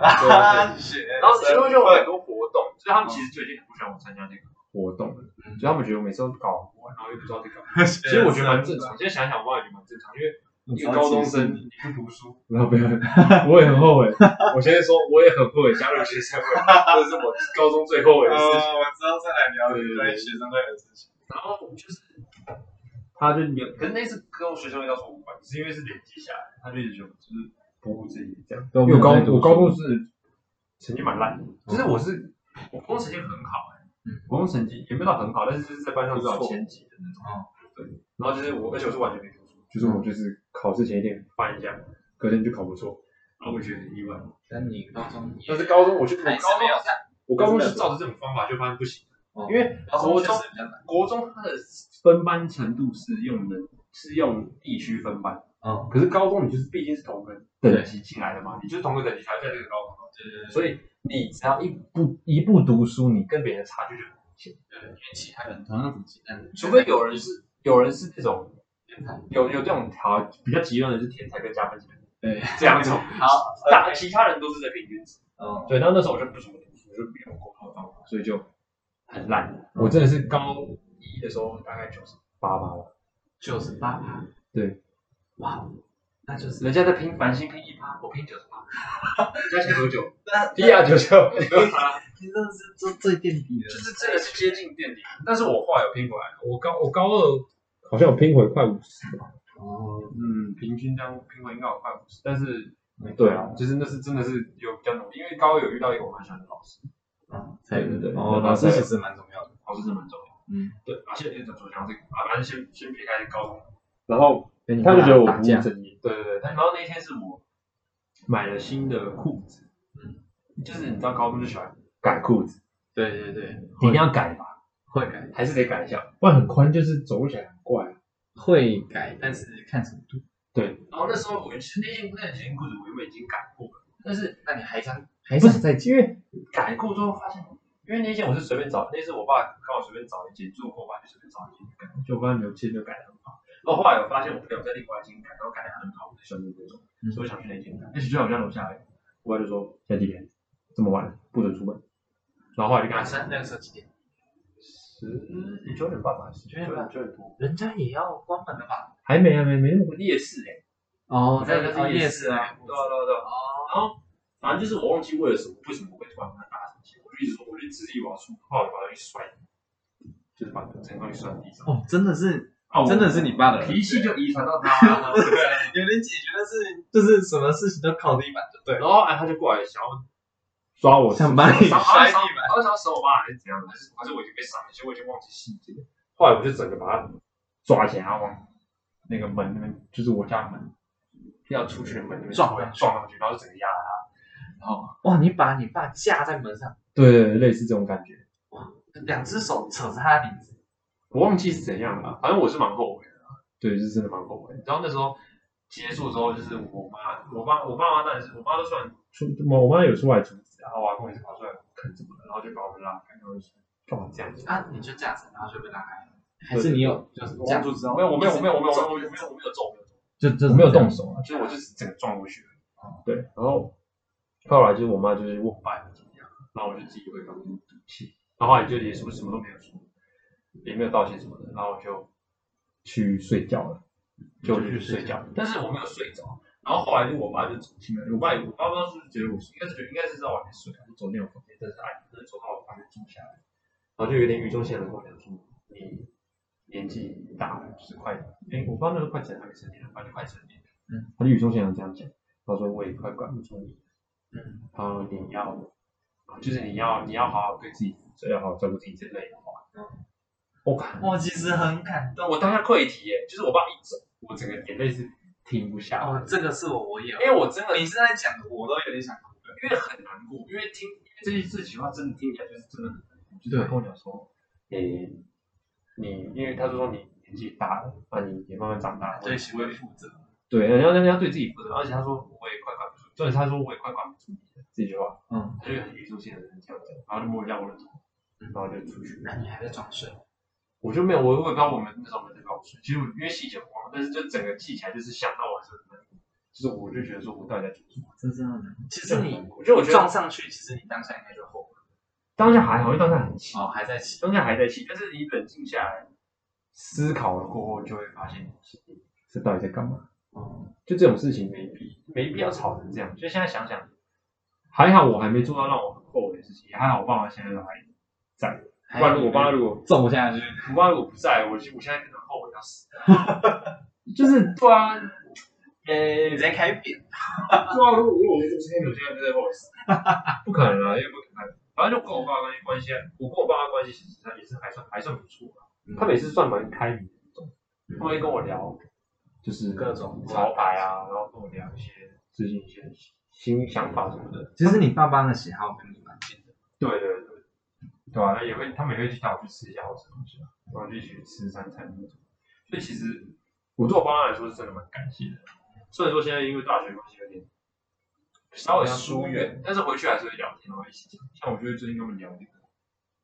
Speaker 1: 啊，学
Speaker 2: 然后学会就有很多活动，所以他们其实就已经很不喜欢我参加那个，嗯
Speaker 4: 活动了，所以他们觉得我每次都搞不完，
Speaker 2: 然后又不知道在干嘛。
Speaker 1: 其
Speaker 2: 其实我觉得蛮正常，现在想想我也觉得蛮正常，因为一个高中生你不读书，
Speaker 4: 然后被我也很后 悔，
Speaker 2: 我现在说我也很后悔加入学生会，这是我高中最后悔的事情。
Speaker 1: 我知道再来聊
Speaker 2: 对对对
Speaker 1: 关于学生会的事情。
Speaker 2: 然后就是，
Speaker 4: 他就没有
Speaker 2: 可是那次跟学生会要说无关，是因为是累积下来，他就一直觉得我就是不务正业这样。
Speaker 4: 因
Speaker 1: 因
Speaker 4: 为我
Speaker 1: 为我
Speaker 4: 高
Speaker 1: 高
Speaker 4: 我
Speaker 1: 我
Speaker 4: 高
Speaker 1: 高
Speaker 4: 中
Speaker 1: 中
Speaker 4: 是
Speaker 2: 成绩蛮烂的，就是我是我国中成绩很好哎、
Speaker 1: 嗯
Speaker 2: 国中成绩也没有到很好，但是就是在班上至少前几的那种。
Speaker 1: 哦
Speaker 2: 对，然后就是我，而且我是完全没读书，
Speaker 4: 就是我就是考试前一天，
Speaker 2: 翻一下，
Speaker 4: 隔天就考不错，
Speaker 2: 然后我也觉得很意外。
Speaker 1: 但你高中
Speaker 2: 但是高中我就我
Speaker 1: 还
Speaker 2: 哎高
Speaker 1: 是没有
Speaker 2: 中
Speaker 1: 上，
Speaker 2: 我高中是照着这种方法就发现不行，
Speaker 1: 哦
Speaker 2: 啊因为
Speaker 1: 高
Speaker 2: 国
Speaker 1: 中确
Speaker 2: 中
Speaker 1: 实比较难。
Speaker 2: 国中它的分班程度是用的是用地区分班，
Speaker 1: 哦，
Speaker 2: 可是高中你就是毕竟是同个
Speaker 4: 对
Speaker 2: 等级进来的嘛，你就是同个等级才会在这个高中，
Speaker 1: 对对对，
Speaker 2: 所以你只要一
Speaker 4: 不一不读书，你
Speaker 2: 跟别人差距就很大
Speaker 1: 因为其他人同样等级，但
Speaker 2: 除非有人是有人是这种
Speaker 1: 天才
Speaker 2: 有有这种条比较极端的是天才跟加分项
Speaker 1: 对，
Speaker 2: 这两种，
Speaker 1: 好，
Speaker 2: 大其他人都是在平均值。
Speaker 1: 哦，
Speaker 2: 对，然后那时候我就不怎么读书，就比用沟通方法
Speaker 4: 所以就
Speaker 2: 很烂。
Speaker 4: 我真的是
Speaker 2: 高一的时候大概九十，
Speaker 4: 八八了，
Speaker 1: 九十八趴，
Speaker 4: 对，
Speaker 1: 哇，那就是
Speaker 2: 人家在拼繁星拼一趴，我拼九十八，加起来多久？
Speaker 1: 那
Speaker 4: 低压九九，
Speaker 1: 你真的是最最垫底的
Speaker 2: 就，是真的是接近垫底，但是我后来有拼回来。我高我高二，
Speaker 4: 好像我拼回快五十吧，
Speaker 1: 哦，
Speaker 2: 嗯，平均这样拼回应该有快五十，但是
Speaker 4: 对
Speaker 1: 嗯
Speaker 4: 啊，
Speaker 2: 就是那是真的是有比较努力，因为高二有遇到一个我蛮喜欢的老师，
Speaker 1: 嗯，
Speaker 4: 对对对
Speaker 1: 哦，老师其实蛮重要的，
Speaker 2: 老师真的蛮重要。
Speaker 1: 嗯，
Speaker 2: 对，啊，现在就说讲这个，啊，反正先先撇开高中。
Speaker 4: 然后
Speaker 1: 跟你
Speaker 4: 他就觉得我
Speaker 1: 爸打
Speaker 4: 不务
Speaker 1: 架，
Speaker 4: 正业，
Speaker 2: 对对对，但然后那一天是我买了新的裤子，
Speaker 4: 嗯
Speaker 2: 就是你知道高中就喜欢，
Speaker 4: 改裤子
Speaker 1: 对对对，
Speaker 4: 一定要改吧，
Speaker 1: 会改
Speaker 2: 还是得改一下。
Speaker 4: 不然很宽就是走起来很怪，
Speaker 1: 会改，但是看程度。
Speaker 4: 对，
Speaker 2: 然后那时候我其实那件那件裤子我原本已经改过了，但是
Speaker 1: 那你还想还
Speaker 4: 不
Speaker 1: 想
Speaker 4: 是
Speaker 1: 再
Speaker 4: 因为
Speaker 2: 改过之后发现，因为那件我是随便找，那次我爸刚好随便找一件，就是我跟我爸就随便找一件改，
Speaker 4: 就发现没有切就改了嘛，
Speaker 2: 然后后来我发现我朋友在另外一件改，然后改的很好，我就喜欢的那种，
Speaker 1: 嗯
Speaker 2: 所以我想去那件改。而且就在我家楼下而已，
Speaker 4: 我爸就说现在几点？这么晚了不准出门，
Speaker 2: 然后后来就跟
Speaker 1: 马
Speaker 2: 他讲
Speaker 1: 上那个时候几点？
Speaker 2: 十九点半吧，十九点半九啊点多，
Speaker 1: 人家也要关门了吧？
Speaker 4: 还没还没没那么
Speaker 2: 夜市哎、
Speaker 1: 哦
Speaker 2: 我在那
Speaker 1: 哦
Speaker 2: 是
Speaker 1: 夜
Speaker 2: 夜
Speaker 1: 市
Speaker 2: 市
Speaker 1: 啊，哦
Speaker 2: 对啊对啊对啊。然后反正就是我忘记为了什么，为什么我会突然跟他打成结，我就一直说，我就执意我要出，后来把他去摔。就是把整个东西摔在地上。啊
Speaker 1: 哦，真的是，
Speaker 3: 哦
Speaker 1: 真的是你爸的
Speaker 3: 脾气就遗传到他了， 对啊。
Speaker 1: 有点解决的是，就是什么事情都靠地板就对了，
Speaker 2: 然后哎，他就过来想要抓我，
Speaker 1: 想把你
Speaker 2: 想
Speaker 1: 摔地板。
Speaker 3: 他想要手我爸还是怎样的？还是还是我已经被伤了，其实我已经忘记细节。
Speaker 2: 后来我就整个把他抓起来，然后往那个门那边，就是我家门要出去的门那边
Speaker 1: 撞上
Speaker 2: 撞上去，然后就整个压了
Speaker 1: 哇，你把你爸架在门上，
Speaker 2: 他。对对对，类似这种感觉。
Speaker 1: 两只手扯着他的领子，
Speaker 2: 我忘记是怎样了，反正我是蛮后悔的啊。对，是真的蛮后悔。
Speaker 3: 然后那时候结束之后，就是我妈，我妈，我爸妈当然是，我妈都算，
Speaker 2: 出我妈有出来阻止，然后我阿公也是跑出来看怎么了，然后就把我们拉开，然后就说干嘛这样子？
Speaker 1: 啊，你就架着，然后就被拉开了，还是你有就是架住之后，
Speaker 2: 没有，我没有，我没有，我没有，我没有，我没有，我没有揍，我没有揍。
Speaker 1: 就就
Speaker 2: 我没有动手啊，哦
Speaker 3: 就是我就是整个撞过去了。
Speaker 2: 对，然后后来就是我妈就是问我爸怎么样，然后我就自己回房间赌气，然后后来就也什么什么都没有说，也没有道歉什么的，然后我就去睡觉了，就去睡觉，
Speaker 3: 但是我没有睡着，然后后来就我爸就走进来，我爸也我爸不知道是不是觉得我应该是觉得应该是在外面睡，就走进我房间，但是哎，真的走到我旁边坐下来，
Speaker 2: 然后就有点语重心长地跟我讲说，你年纪大了，就是快，哎，我不知道那时候快成还没成年了，反正快成年了，
Speaker 1: 嗯，
Speaker 2: 他就语重心长这样讲，他说我也快管不住你，
Speaker 1: 嗯，
Speaker 2: 他说你要，就是你要你要好好对自己负责，要好好照顾自己之类的话，
Speaker 1: 嗯
Speaker 2: 我靠。
Speaker 1: 我其实很感动，
Speaker 3: 但我当下溃堤耶，就是我爸一走，我整个眼泪是
Speaker 2: 停不下来
Speaker 1: 哦，这个是我我也有
Speaker 3: 因，为我真的
Speaker 1: 你是在讲的，我都有点想哭了，
Speaker 3: 因为很难过，因为听因为这些事情的话，真的听起来就是真的很难过。
Speaker 2: 就是他跟我讲说，诶、你因为他就说你年纪大了，啊，你也慢慢长大了，
Speaker 1: 对行为负责，
Speaker 2: 对，你要你要对自己负责，而且他说我也快管不住，重点是他说我也快管不住你了这句话，
Speaker 1: 嗯，
Speaker 2: 他就很语重心长的这样讲，然后就摸一下我的头，然后就出去，
Speaker 1: 那你还在装睡，
Speaker 2: 我就没有，我我也不知道我们那时候没在搞睡，其实我因为细节我忘了，但是就整个记起来就是想到我还是很难过，就是我就觉得说我到底在做什么，
Speaker 1: 真是很难。其实你
Speaker 2: 我觉得我觉
Speaker 1: 撞
Speaker 2: 得
Speaker 1: 上去，其实你当下应该就后悔，
Speaker 2: 当下还好，因为当下很气，
Speaker 1: 哦，还在起，
Speaker 2: 当下还在气，但是你冷静下来思考了过后，就会发现这到底在干嘛？
Speaker 1: 哦，
Speaker 2: 就这种事情没必没必要吵成这样。就现在想想，还好我还没做到让我很后悔的事情，也还好我爸妈现在都还在。不然如果我爸如果
Speaker 1: 种下去，
Speaker 2: 我爸如果不在，我就我现在可能后悔要 死。就是对 啊，
Speaker 1: 诶，
Speaker 2: 哎
Speaker 1: 你在开扁，
Speaker 2: 对啊，如果如果我是这个，我现在就在后悔 死。不可能啊，因为不可能。反正就跟我爸关系关系，我跟我爸妈关系其实也是还算还算不错啊。
Speaker 1: 嗯
Speaker 2: 他每次算蛮开明的那种，他会跟我聊，就是
Speaker 1: 各种
Speaker 2: 潮牌啊，然后跟我聊一些最近一些新想法什么的。
Speaker 1: 其实你爸爸的喜好跟你蛮近的，
Speaker 2: 对对对，对啊，那也会他们也会带我去吃一下好吃的东西啊，然后就一起去吃三餐那种。所以其实我对我爸妈来说是真的蛮感谢的，虽然说现在因为大学关系有点稍微疏远，但是回去还是会聊天，然后一起讲。像我就会最近跟他们聊那个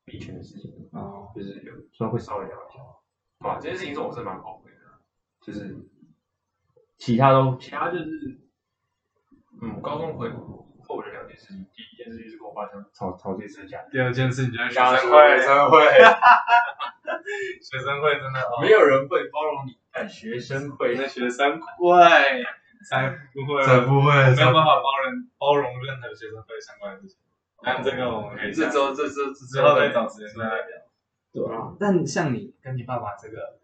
Speaker 2: 币圈的事情，
Speaker 1: 哦，
Speaker 2: 就是有时候会稍微聊一下，对啊吧、这件事情是我是蛮后悔的，就是其他都其他就是，嗯，我高中回后悔的两件事情，第一件事情就是跟我爸想吵吵这次的架，
Speaker 1: 第二件事你就是学
Speaker 2: 家
Speaker 1: 生会，
Speaker 2: 生会，
Speaker 1: 学生会真的哦，
Speaker 2: 没有人会包容你，但学生会
Speaker 1: 那学生会才不会，
Speaker 2: 不会
Speaker 1: 没有办法包容包容任何学生会相关的事情。但这个我们可以
Speaker 2: 这
Speaker 1: 下
Speaker 2: 周这周
Speaker 1: 之后再找时间再来聊。
Speaker 2: 对
Speaker 1: 啊，但像你跟你爸爸这个，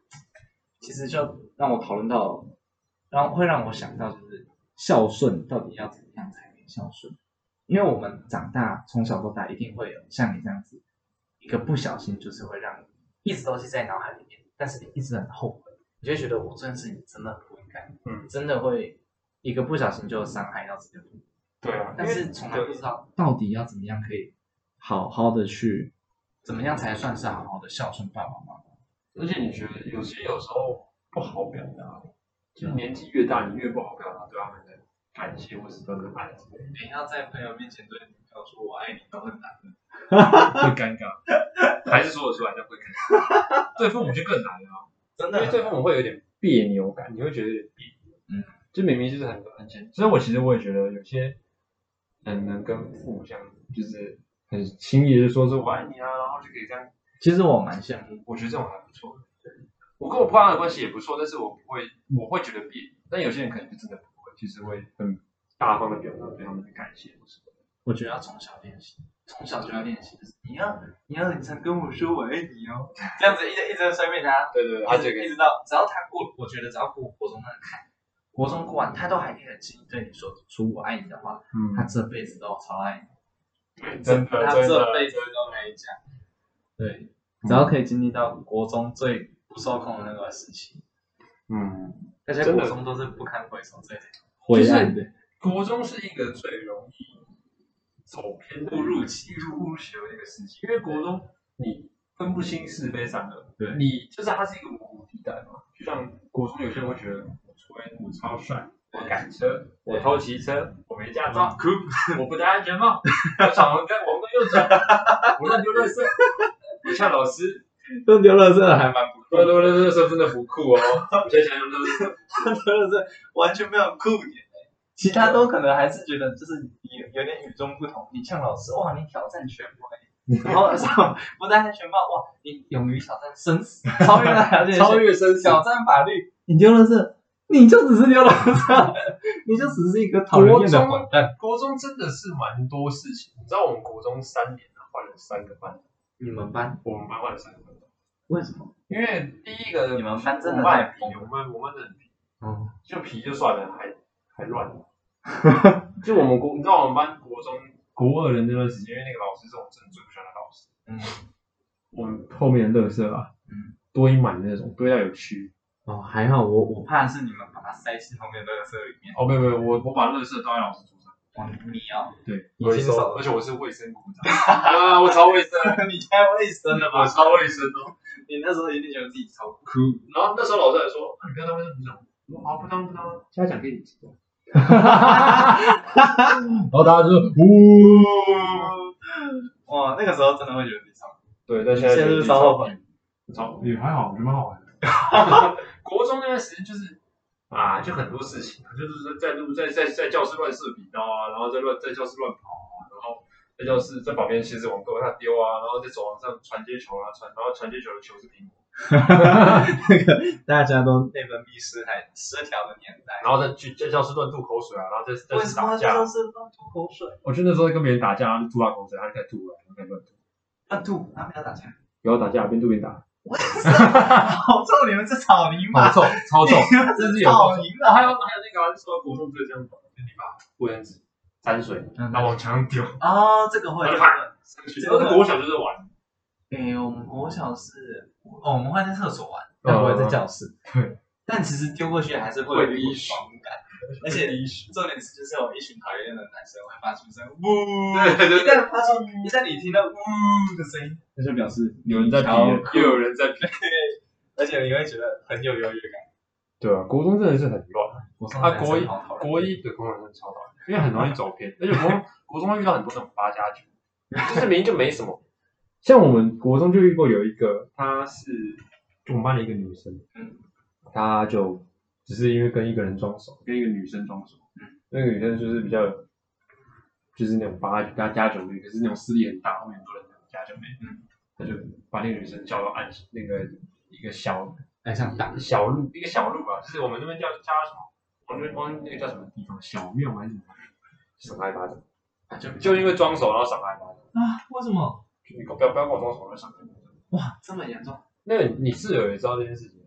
Speaker 1: 其实就让我讨论到，然后会让我想到就是孝顺到底要怎么样才能孝顺？因为我们长大从小到大一定会有像你这样子，一个不小心就是会让你一直都是在脑海里面，但是你一直很后悔，你就会觉得我这件事情真的不应该，
Speaker 2: 嗯，
Speaker 1: 真的会一个不小心就伤害到自己的父母。
Speaker 2: 对啊，
Speaker 1: 但是从来不知道到底要怎么样可以好好的去，怎么样才算是好好的孝顺爸爸妈妈。
Speaker 2: 而且你觉得有些有时候不好表达，就是年纪越大，你越不好表达对他们的感谢或是真的爱之类的，
Speaker 1: 你要在朋友面前对女朋友说我爱你都很难，
Speaker 2: 会尴尬，还是说得出来但会尴尬，对父母就更难了、
Speaker 1: 真
Speaker 2: 因为对父母会有点别扭感，你会觉得有点别扭。
Speaker 1: 嗯，
Speaker 2: 就明明就是很很简，所以我其实我也觉得有些人能跟父母相，就是很轻易的说是我爱你啊，然后就可以这样，
Speaker 1: 其实我蛮羡慕，
Speaker 2: 我觉得这种还不错。我跟我爸妈的关系也不错，但是我不会，
Speaker 5: 嗯
Speaker 2: 我会觉得别扭。但有些人可能就真的不会，就是会很大方的表达对他们的感谢或什么的。
Speaker 1: 我觉得要从小练习，从小就要练习，就是你要你要很常跟我说我爱你哦，这样子一直一直随便他，
Speaker 5: 对对对，他
Speaker 1: 一
Speaker 5: 这
Speaker 1: 直
Speaker 5: 个
Speaker 1: 一直到只要他过，我觉得只要过国中那个坎，国中过完他都还可以很轻易对你说出我爱你的话，他
Speaker 5: 嗯，
Speaker 1: 这辈子都超爱你，
Speaker 5: 真的
Speaker 1: 他
Speaker 5: 真
Speaker 1: 这
Speaker 5: 的，
Speaker 1: 辈子都没讲。对，只要可以经历到国中最不受控的那个时期，
Speaker 5: 嗯，
Speaker 1: 那些
Speaker 5: 真的
Speaker 1: 国中都是不堪回首最
Speaker 5: 灰
Speaker 1: 啊
Speaker 2: 暗
Speaker 5: 的，
Speaker 2: 国中是一个最容易走偏
Speaker 1: 误
Speaker 2: 路、
Speaker 1: 入歧
Speaker 2: 入误歧的一个时期，因为国中你分不清是非善恶，
Speaker 1: 对
Speaker 2: 你就是它是一个模糊地带嘛。就像国中有些人会觉得我吹我超帅，我赶车，我偷骑车，我没驾照，
Speaker 1: 哭。
Speaker 2: 我不戴安全帽，我闯红灯，我不右转，我乱丢垃 圾，我呛老师，
Speaker 1: 扔丢垃圾还蛮不
Speaker 5: 对对对，那时候真的不酷哦，我现在想想都是，
Speaker 1: 真的是完全没有酷点、其他都可能还是觉得就是你有点与众不同。你像老师，哇，你挑战权 威，然后上不戴安全帽，哇，你勇于挑战生死，超越了条件，
Speaker 5: 超越生死，
Speaker 1: 挑战法律。你丢了这，你就只是丢了这，你就只是一个讨人厌的混蛋。
Speaker 2: 国中真的是蛮多事情。你知道我们国中三年啊，换了三个班，
Speaker 1: 你们班
Speaker 2: 我们班换了三个班。
Speaker 1: 为什么？
Speaker 2: 因为第一个
Speaker 1: 你们班真的
Speaker 2: 我们
Speaker 1: 太
Speaker 2: 很皮，
Speaker 1: 疯
Speaker 2: 我们我们真的很皮，
Speaker 1: 哦，
Speaker 2: 就皮就算了，还还乱。
Speaker 5: 就我们国
Speaker 2: 你知道我们班国中国二的那段时间，因为那个老师是我真的最不喜欢的老师，
Speaker 1: 嗯，
Speaker 5: 我们后面的垃圾啊，
Speaker 1: 嗯，
Speaker 5: 堆满那种，堆到有区。
Speaker 1: 哦，还好我我怕是你们把它塞进后面的垃圾里面。
Speaker 2: 哦，没有没有，我我把垃圾倒在老师桌上，
Speaker 1: 哇，你哦，
Speaker 5: 对，
Speaker 1: 你亲手
Speaker 2: 而且我是卫生股长 啊，我超卫生，
Speaker 1: 你太卫生了
Speaker 2: 我
Speaker 1: 吧？
Speaker 2: 超卫生哦。
Speaker 1: 你那时候一定觉得自己超酷。
Speaker 2: 然后那时候老师还说，啊，你不要当卫生股长，我说啊，不当不当，
Speaker 5: 嘉奖给你知 道。然后大家就呜，
Speaker 1: 哇，那个时候真的会觉得自己超酷。
Speaker 5: 对，但现
Speaker 1: 现
Speaker 5: 在
Speaker 1: 在
Speaker 5: 就是
Speaker 1: 稍后吧。
Speaker 2: 超也还好，我觉得蛮好玩的。 国中那段时间就是啊，就很多事情啊，就是在路在在在教室乱射笔刀啊，然后在乱在教室乱跑啊，然后在教室在旁边鞋子往桌上丢啊，然后在走廊上传接球啊，传然后传接球的球是苹果，
Speaker 1: 那个大家都内分泌失还失调的年代，
Speaker 2: 然后在去在教室乱吐口水啊，然后在在
Speaker 1: 为
Speaker 2: 是
Speaker 1: 什么
Speaker 2: 打
Speaker 1: 那时
Speaker 2: 架
Speaker 1: 候。
Speaker 2: 啊
Speaker 1: 是乱吐口水？
Speaker 5: 我去那时候跟别人打架，然后就吐他口水，他就开始吐了，然后开始乱吐，
Speaker 1: 乱吐，他们要打 架。
Speaker 5: 然后打架边吐边
Speaker 2: 哦
Speaker 5: 打，
Speaker 1: 好臭！你们是草泥马，
Speaker 5: 臭，超 臭，
Speaker 1: 真
Speaker 5: 真
Speaker 1: 是
Speaker 5: 是有
Speaker 1: 草
Speaker 5: 够
Speaker 1: 泥
Speaker 2: 然后还有还有那个、啊，就说国中不是这样搞，就你把卫生纸沾水，
Speaker 1: 嗯
Speaker 2: 然后往墙上丢，
Speaker 1: 马。哦，这个会
Speaker 2: 然后。就啪 上去。然后国小就是玩，
Speaker 1: 诶、我们国小是，哦，我们会在厕所玩，但不会在教室。
Speaker 5: 对
Speaker 1: 但其实丢过去还是会有一股爽感，而且重点是就是有一群讨厌的男生会发出声呜，
Speaker 2: 对对对
Speaker 1: 一旦发出，一旦你听到呜的声音，那就表示
Speaker 5: 有人在比
Speaker 1: 然后
Speaker 5: 了，
Speaker 2: 又有人在
Speaker 1: 而且你会觉得很有优越感。
Speaker 5: 对啊，国中真的是很乱，
Speaker 1: 我
Speaker 2: 啊国一国一的工人真的超讨厌，因为很容易走偏，而且国中国中会遇到很多那种八家酒，就是明明就没什么。
Speaker 5: 像我们国中就遇过有一个，她是我们班的一个女生，
Speaker 1: 嗯，
Speaker 5: 她就只是因为跟一个人装熟，跟一个女生装熟，那个女生就是比较有，就是那种八加加九妹，可是那种势力很大，后面很多人加九妹，
Speaker 1: 嗯，
Speaker 5: 她就把那个女生叫到暗那个一个小
Speaker 1: 很哎像打
Speaker 5: 小路，
Speaker 2: 一个小路吧，就是我们那边叫叫它什么，我们那边我们那个叫什么地方，
Speaker 5: 小庙还是什么，赏他一巴掌，
Speaker 1: 就
Speaker 2: 啊就因为装熟然后赏他一巴掌，
Speaker 1: 啊？为什么？
Speaker 2: 就你不要不要跟我装熟，我就赏他一巴掌。
Speaker 1: 哇，这么严重？
Speaker 5: 那个你室友也知道这件事情，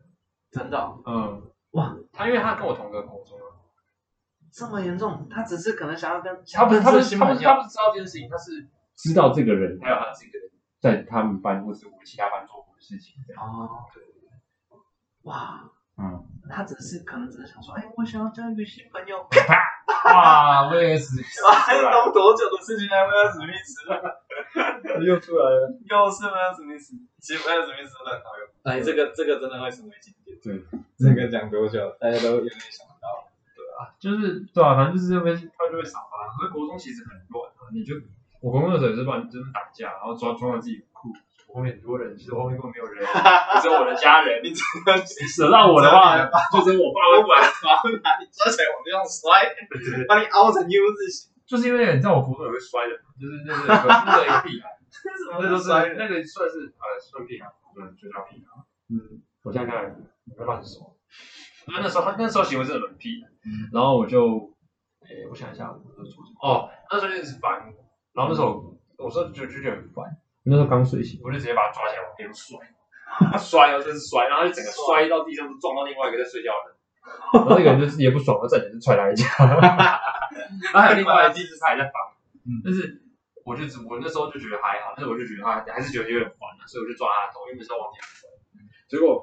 Speaker 1: 真的哦、
Speaker 5: 嗯，
Speaker 1: 哇，
Speaker 2: 他因为他跟我同个国中啊，
Speaker 1: 这么严重？他只是可能想要跟
Speaker 2: 他不是
Speaker 1: 想
Speaker 2: 他不
Speaker 1: 要
Speaker 2: 是
Speaker 1: 新
Speaker 2: 他不
Speaker 1: 朋
Speaker 2: 是他
Speaker 1: 友，
Speaker 2: 不是知道这件事情，他是
Speaker 5: 知道这个人
Speaker 2: 还有他自己的人
Speaker 5: 在他们班或是我们其他班做过的事情，这样，
Speaker 1: 哦，哇。
Speaker 5: 嗯。
Speaker 1: 他只是可能只是想说，哎，我想要交一个新朋 友。
Speaker 5: 哇，我也 是，
Speaker 1: 还是弄多久的事情还没有史密斯了？
Speaker 5: 又出来了。
Speaker 1: 又是没有史密斯，其实没有史密斯真的很好用。哎，这个这个真的会成为经典。
Speaker 5: 对，
Speaker 1: 这个讲多久，大家都有点想不到。
Speaker 2: 啊，就是对啊，反正就是会他就会赏罚。所以国中其实很乱啊，你就我国中的时候也是乱，就是打架，然后抓装的自己很酷。我后面很多人，其实我后面根本没有 人，只有我的家人。
Speaker 1: 你真的去
Speaker 2: 惹到我的话，
Speaker 1: 你
Speaker 2: 就只有我爸会管。
Speaker 1: 把我把你抓起来往地上摔，把你凹成 U 字形，
Speaker 2: 就是因为你知道我国中有个摔的，就是就是有个那个有屁孩，
Speaker 1: 什
Speaker 2: 那
Speaker 1: 么
Speaker 2: 都
Speaker 1: 都
Speaker 2: 是
Speaker 1: 摔人。
Speaker 2: 那个算是呃算屁孩，嗯，就叫屁孩。
Speaker 5: 嗯，
Speaker 2: 我现在看来你会乱说。嗯因啊为那时候他那时候行为真的很屁的。
Speaker 5: 然后我就
Speaker 2: 诶，我想一下，我都做什么？哦，那时候就是反，然后那时候我说就就觉得很烦，
Speaker 6: 那时候刚睡醒，
Speaker 2: 我就直接把他抓起来往地上摔， 摔哦，真是摔，然后他就整个摔到地上，撞到另外一个在睡觉的人，
Speaker 6: 然后那个人就是也不爽，我站起来就踹他一脚。
Speaker 2: 然后还有另外一只是他还在防
Speaker 1: 嗯，
Speaker 2: 但是我就只我那时候就觉得还好，但是我就觉得他还是觉得有点烦啊，所以我就抓他的头，因为那时候往地上摔，
Speaker 6: 嗯
Speaker 2: 结果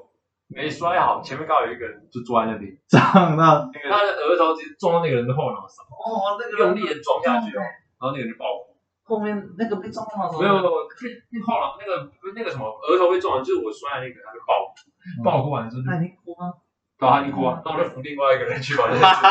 Speaker 2: 没摔好，前面刚好有一个人就坐在那边，
Speaker 1: 撞到
Speaker 2: 那个他的额头直接撞到那个人的后脑勺，
Speaker 1: 哦，那
Speaker 2: 用力的撞下去哦，然后那个人就爆哭。
Speaker 1: 后面那个被撞到
Speaker 2: 没有，没有，那后来那个不是那个什么额头被撞，就是我摔的那个，他就爆
Speaker 6: 嗯
Speaker 2: 爆过来之后就
Speaker 1: 那你哭吗？
Speaker 2: 然后他就哭啊，然后我就扶另外一个人去把那个事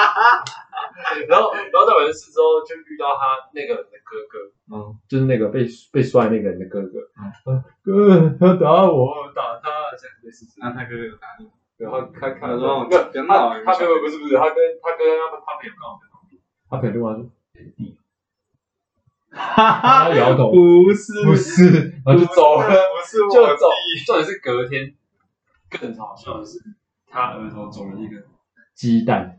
Speaker 2: 然后然后在完事之后就遇到他那个人的哥哥，
Speaker 6: 嗯，就是那个被被摔那个人的哥哥
Speaker 1: 嗯，
Speaker 6: 嗯、哥他打我，
Speaker 2: 我打他这样类似这样，
Speaker 1: 那他哥哥有打你？
Speaker 2: 然后他
Speaker 1: 他
Speaker 2: 看
Speaker 1: 说
Speaker 2: 到
Speaker 1: 我
Speaker 2: 没有，
Speaker 1: 别闹
Speaker 2: 他
Speaker 1: 了，
Speaker 2: 他没有不是不是，他跟他跟他他朋友刚好在旁边，
Speaker 6: 他朋友就问他说
Speaker 1: 哈哈
Speaker 6: 他，摇头，
Speaker 1: 不是
Speaker 6: 不是，然后就走了，
Speaker 1: 不是我
Speaker 6: 就走。
Speaker 2: 重点是隔天更好笑的是，他额头肿了一个
Speaker 6: 鸡 蛋，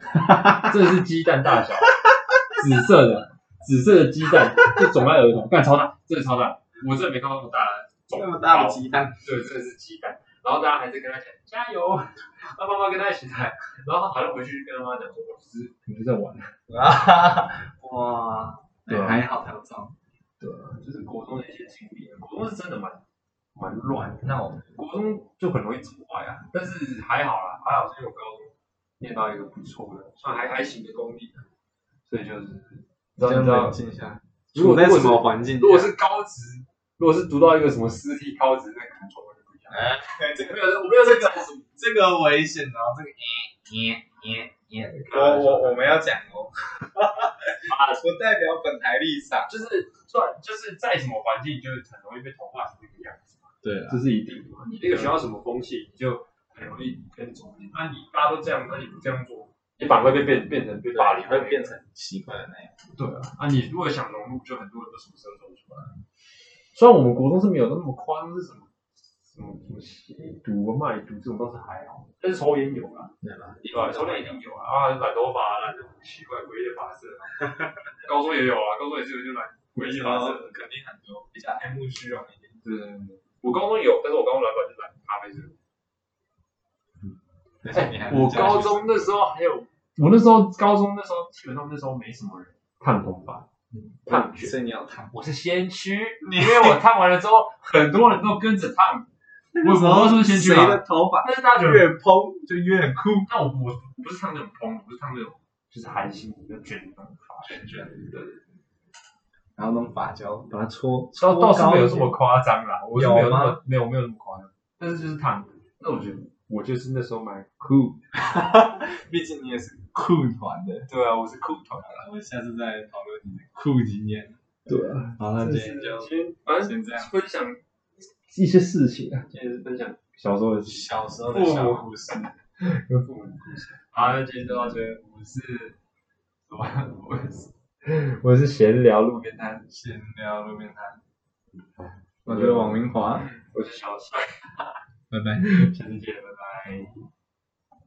Speaker 6: 这是鸡蛋大小，紫色的，紫色的鸡蛋就肿在额头，干超大，
Speaker 2: 真的超大，我真的没看过那么大的肿
Speaker 1: 那么大
Speaker 2: 包
Speaker 1: 的鸡蛋，
Speaker 2: 对，真的是鸡蛋。然后大家还在跟他讲加油，让妈妈跟他一起来。然后好像回去跟他妈讲说，我只是
Speaker 6: 你就在玩，
Speaker 1: 啊哈哈哇，
Speaker 6: 对
Speaker 1: 对，
Speaker 6: 啊
Speaker 1: 还好他有撞。
Speaker 2: 就是国中的一些经历，啊国中是真的蛮蛮乱的，
Speaker 1: 那我
Speaker 2: 国中就很容易走歪啊。但是还好啦，还好是因为我高中念到一个不错的，算还还行的公立的，所以就是你知道
Speaker 1: 这
Speaker 2: 你
Speaker 1: 样
Speaker 2: 知道
Speaker 1: 冷，静一下，
Speaker 6: 如果
Speaker 1: 处在
Speaker 6: 如果
Speaker 1: 什
Speaker 6: 是
Speaker 1: 么环境下？
Speaker 2: 如果是高职，如果是读到一个什么私立高职，那可能状况就不一样。
Speaker 1: 哎，
Speaker 2: 这个没有，我没有在讲什么。
Speaker 1: 这个危险哦，这个耶耶耶耶，
Speaker 2: 我我
Speaker 1: 我们要讲哦，
Speaker 2: 啊
Speaker 1: 不代表本台立场。
Speaker 2: 就是算就是在什么环境，就是很容易被同化成那个样子。
Speaker 1: 对啊
Speaker 6: 这，是一定的。
Speaker 2: 你那个学校什么风气，你就很容易跟着。那、啊你大家都这样，那你不这样做，你反而会被变变成被霸凌，
Speaker 1: 会变成奇怪的那样。
Speaker 2: 对啊。啊，你如果想融入，就很多人都什么时候走出来？
Speaker 6: 虽然我们国中是没有那么夸张，是什么什么什么吸毒、卖毒这种倒是还好，但是抽烟有啊，
Speaker 1: 对吧？
Speaker 2: 对啊，从那一定有啊，啊，染头发，染这种奇怪诡异的发色、啊高中也有啊，高中也是有就染诡异的发色，
Speaker 1: 啊肯定很多，比较爱慕虚荣一点。
Speaker 2: 对对对。我高中有，但是我高中染发就染咖啡色。
Speaker 1: 而且你还是
Speaker 2: 我
Speaker 1: 这样
Speaker 2: 高
Speaker 1: 去
Speaker 2: 中那时候还有，我那时候高中那时候基本上那时候没什么人烫头发，烫卷，
Speaker 1: 所以你有烫。
Speaker 2: 我是先驱，因为我烫完了之后，很多人都跟着烫，我我不知道是不是先驱
Speaker 1: 谁
Speaker 2: 啊
Speaker 1: 的，头发
Speaker 2: 但是大家觉得，
Speaker 1: 越蓬就越酷，
Speaker 2: 但我我不是烫那种蓬，我不是烫那种就是韩系的卷那种发，
Speaker 1: 卷卷的，然后弄发胶把它搓，
Speaker 2: 倒
Speaker 1: 搓
Speaker 2: 倒是
Speaker 1: 高
Speaker 2: 没有
Speaker 1: 一
Speaker 2: 这
Speaker 1: 点
Speaker 2: 么夸张啦，我是没有
Speaker 1: 有
Speaker 2: 那么没有没有那么夸张，但是就是烫，那我觉得我就是那时候蛮酷，
Speaker 1: 毕竟你也是酷团的。
Speaker 2: 对啊，我是酷团，
Speaker 1: 我们下次再讨论你的酷经验。
Speaker 6: 对啊，
Speaker 1: 好，那今天就
Speaker 2: 先反正
Speaker 1: 先这样。
Speaker 2: 分享，
Speaker 6: 一些事情啊，
Speaker 2: 今天是分享。
Speaker 6: 小时候的事
Speaker 1: 小时候的
Speaker 2: 父
Speaker 1: 小
Speaker 2: 母
Speaker 1: 故事，
Speaker 6: 跟父母的
Speaker 2: 好，那今天就到这，我是，我 我是
Speaker 6: 事，我是闲聊路边，
Speaker 2: 边摊，
Speaker 1: 闲聊路边摊。
Speaker 6: 我
Speaker 1: 我
Speaker 6: 是
Speaker 1: 是
Speaker 6: 王
Speaker 1: 王明华，
Speaker 2: 我是小帅，
Speaker 1: 拜拜。
Speaker 2: 下次见，拜拜。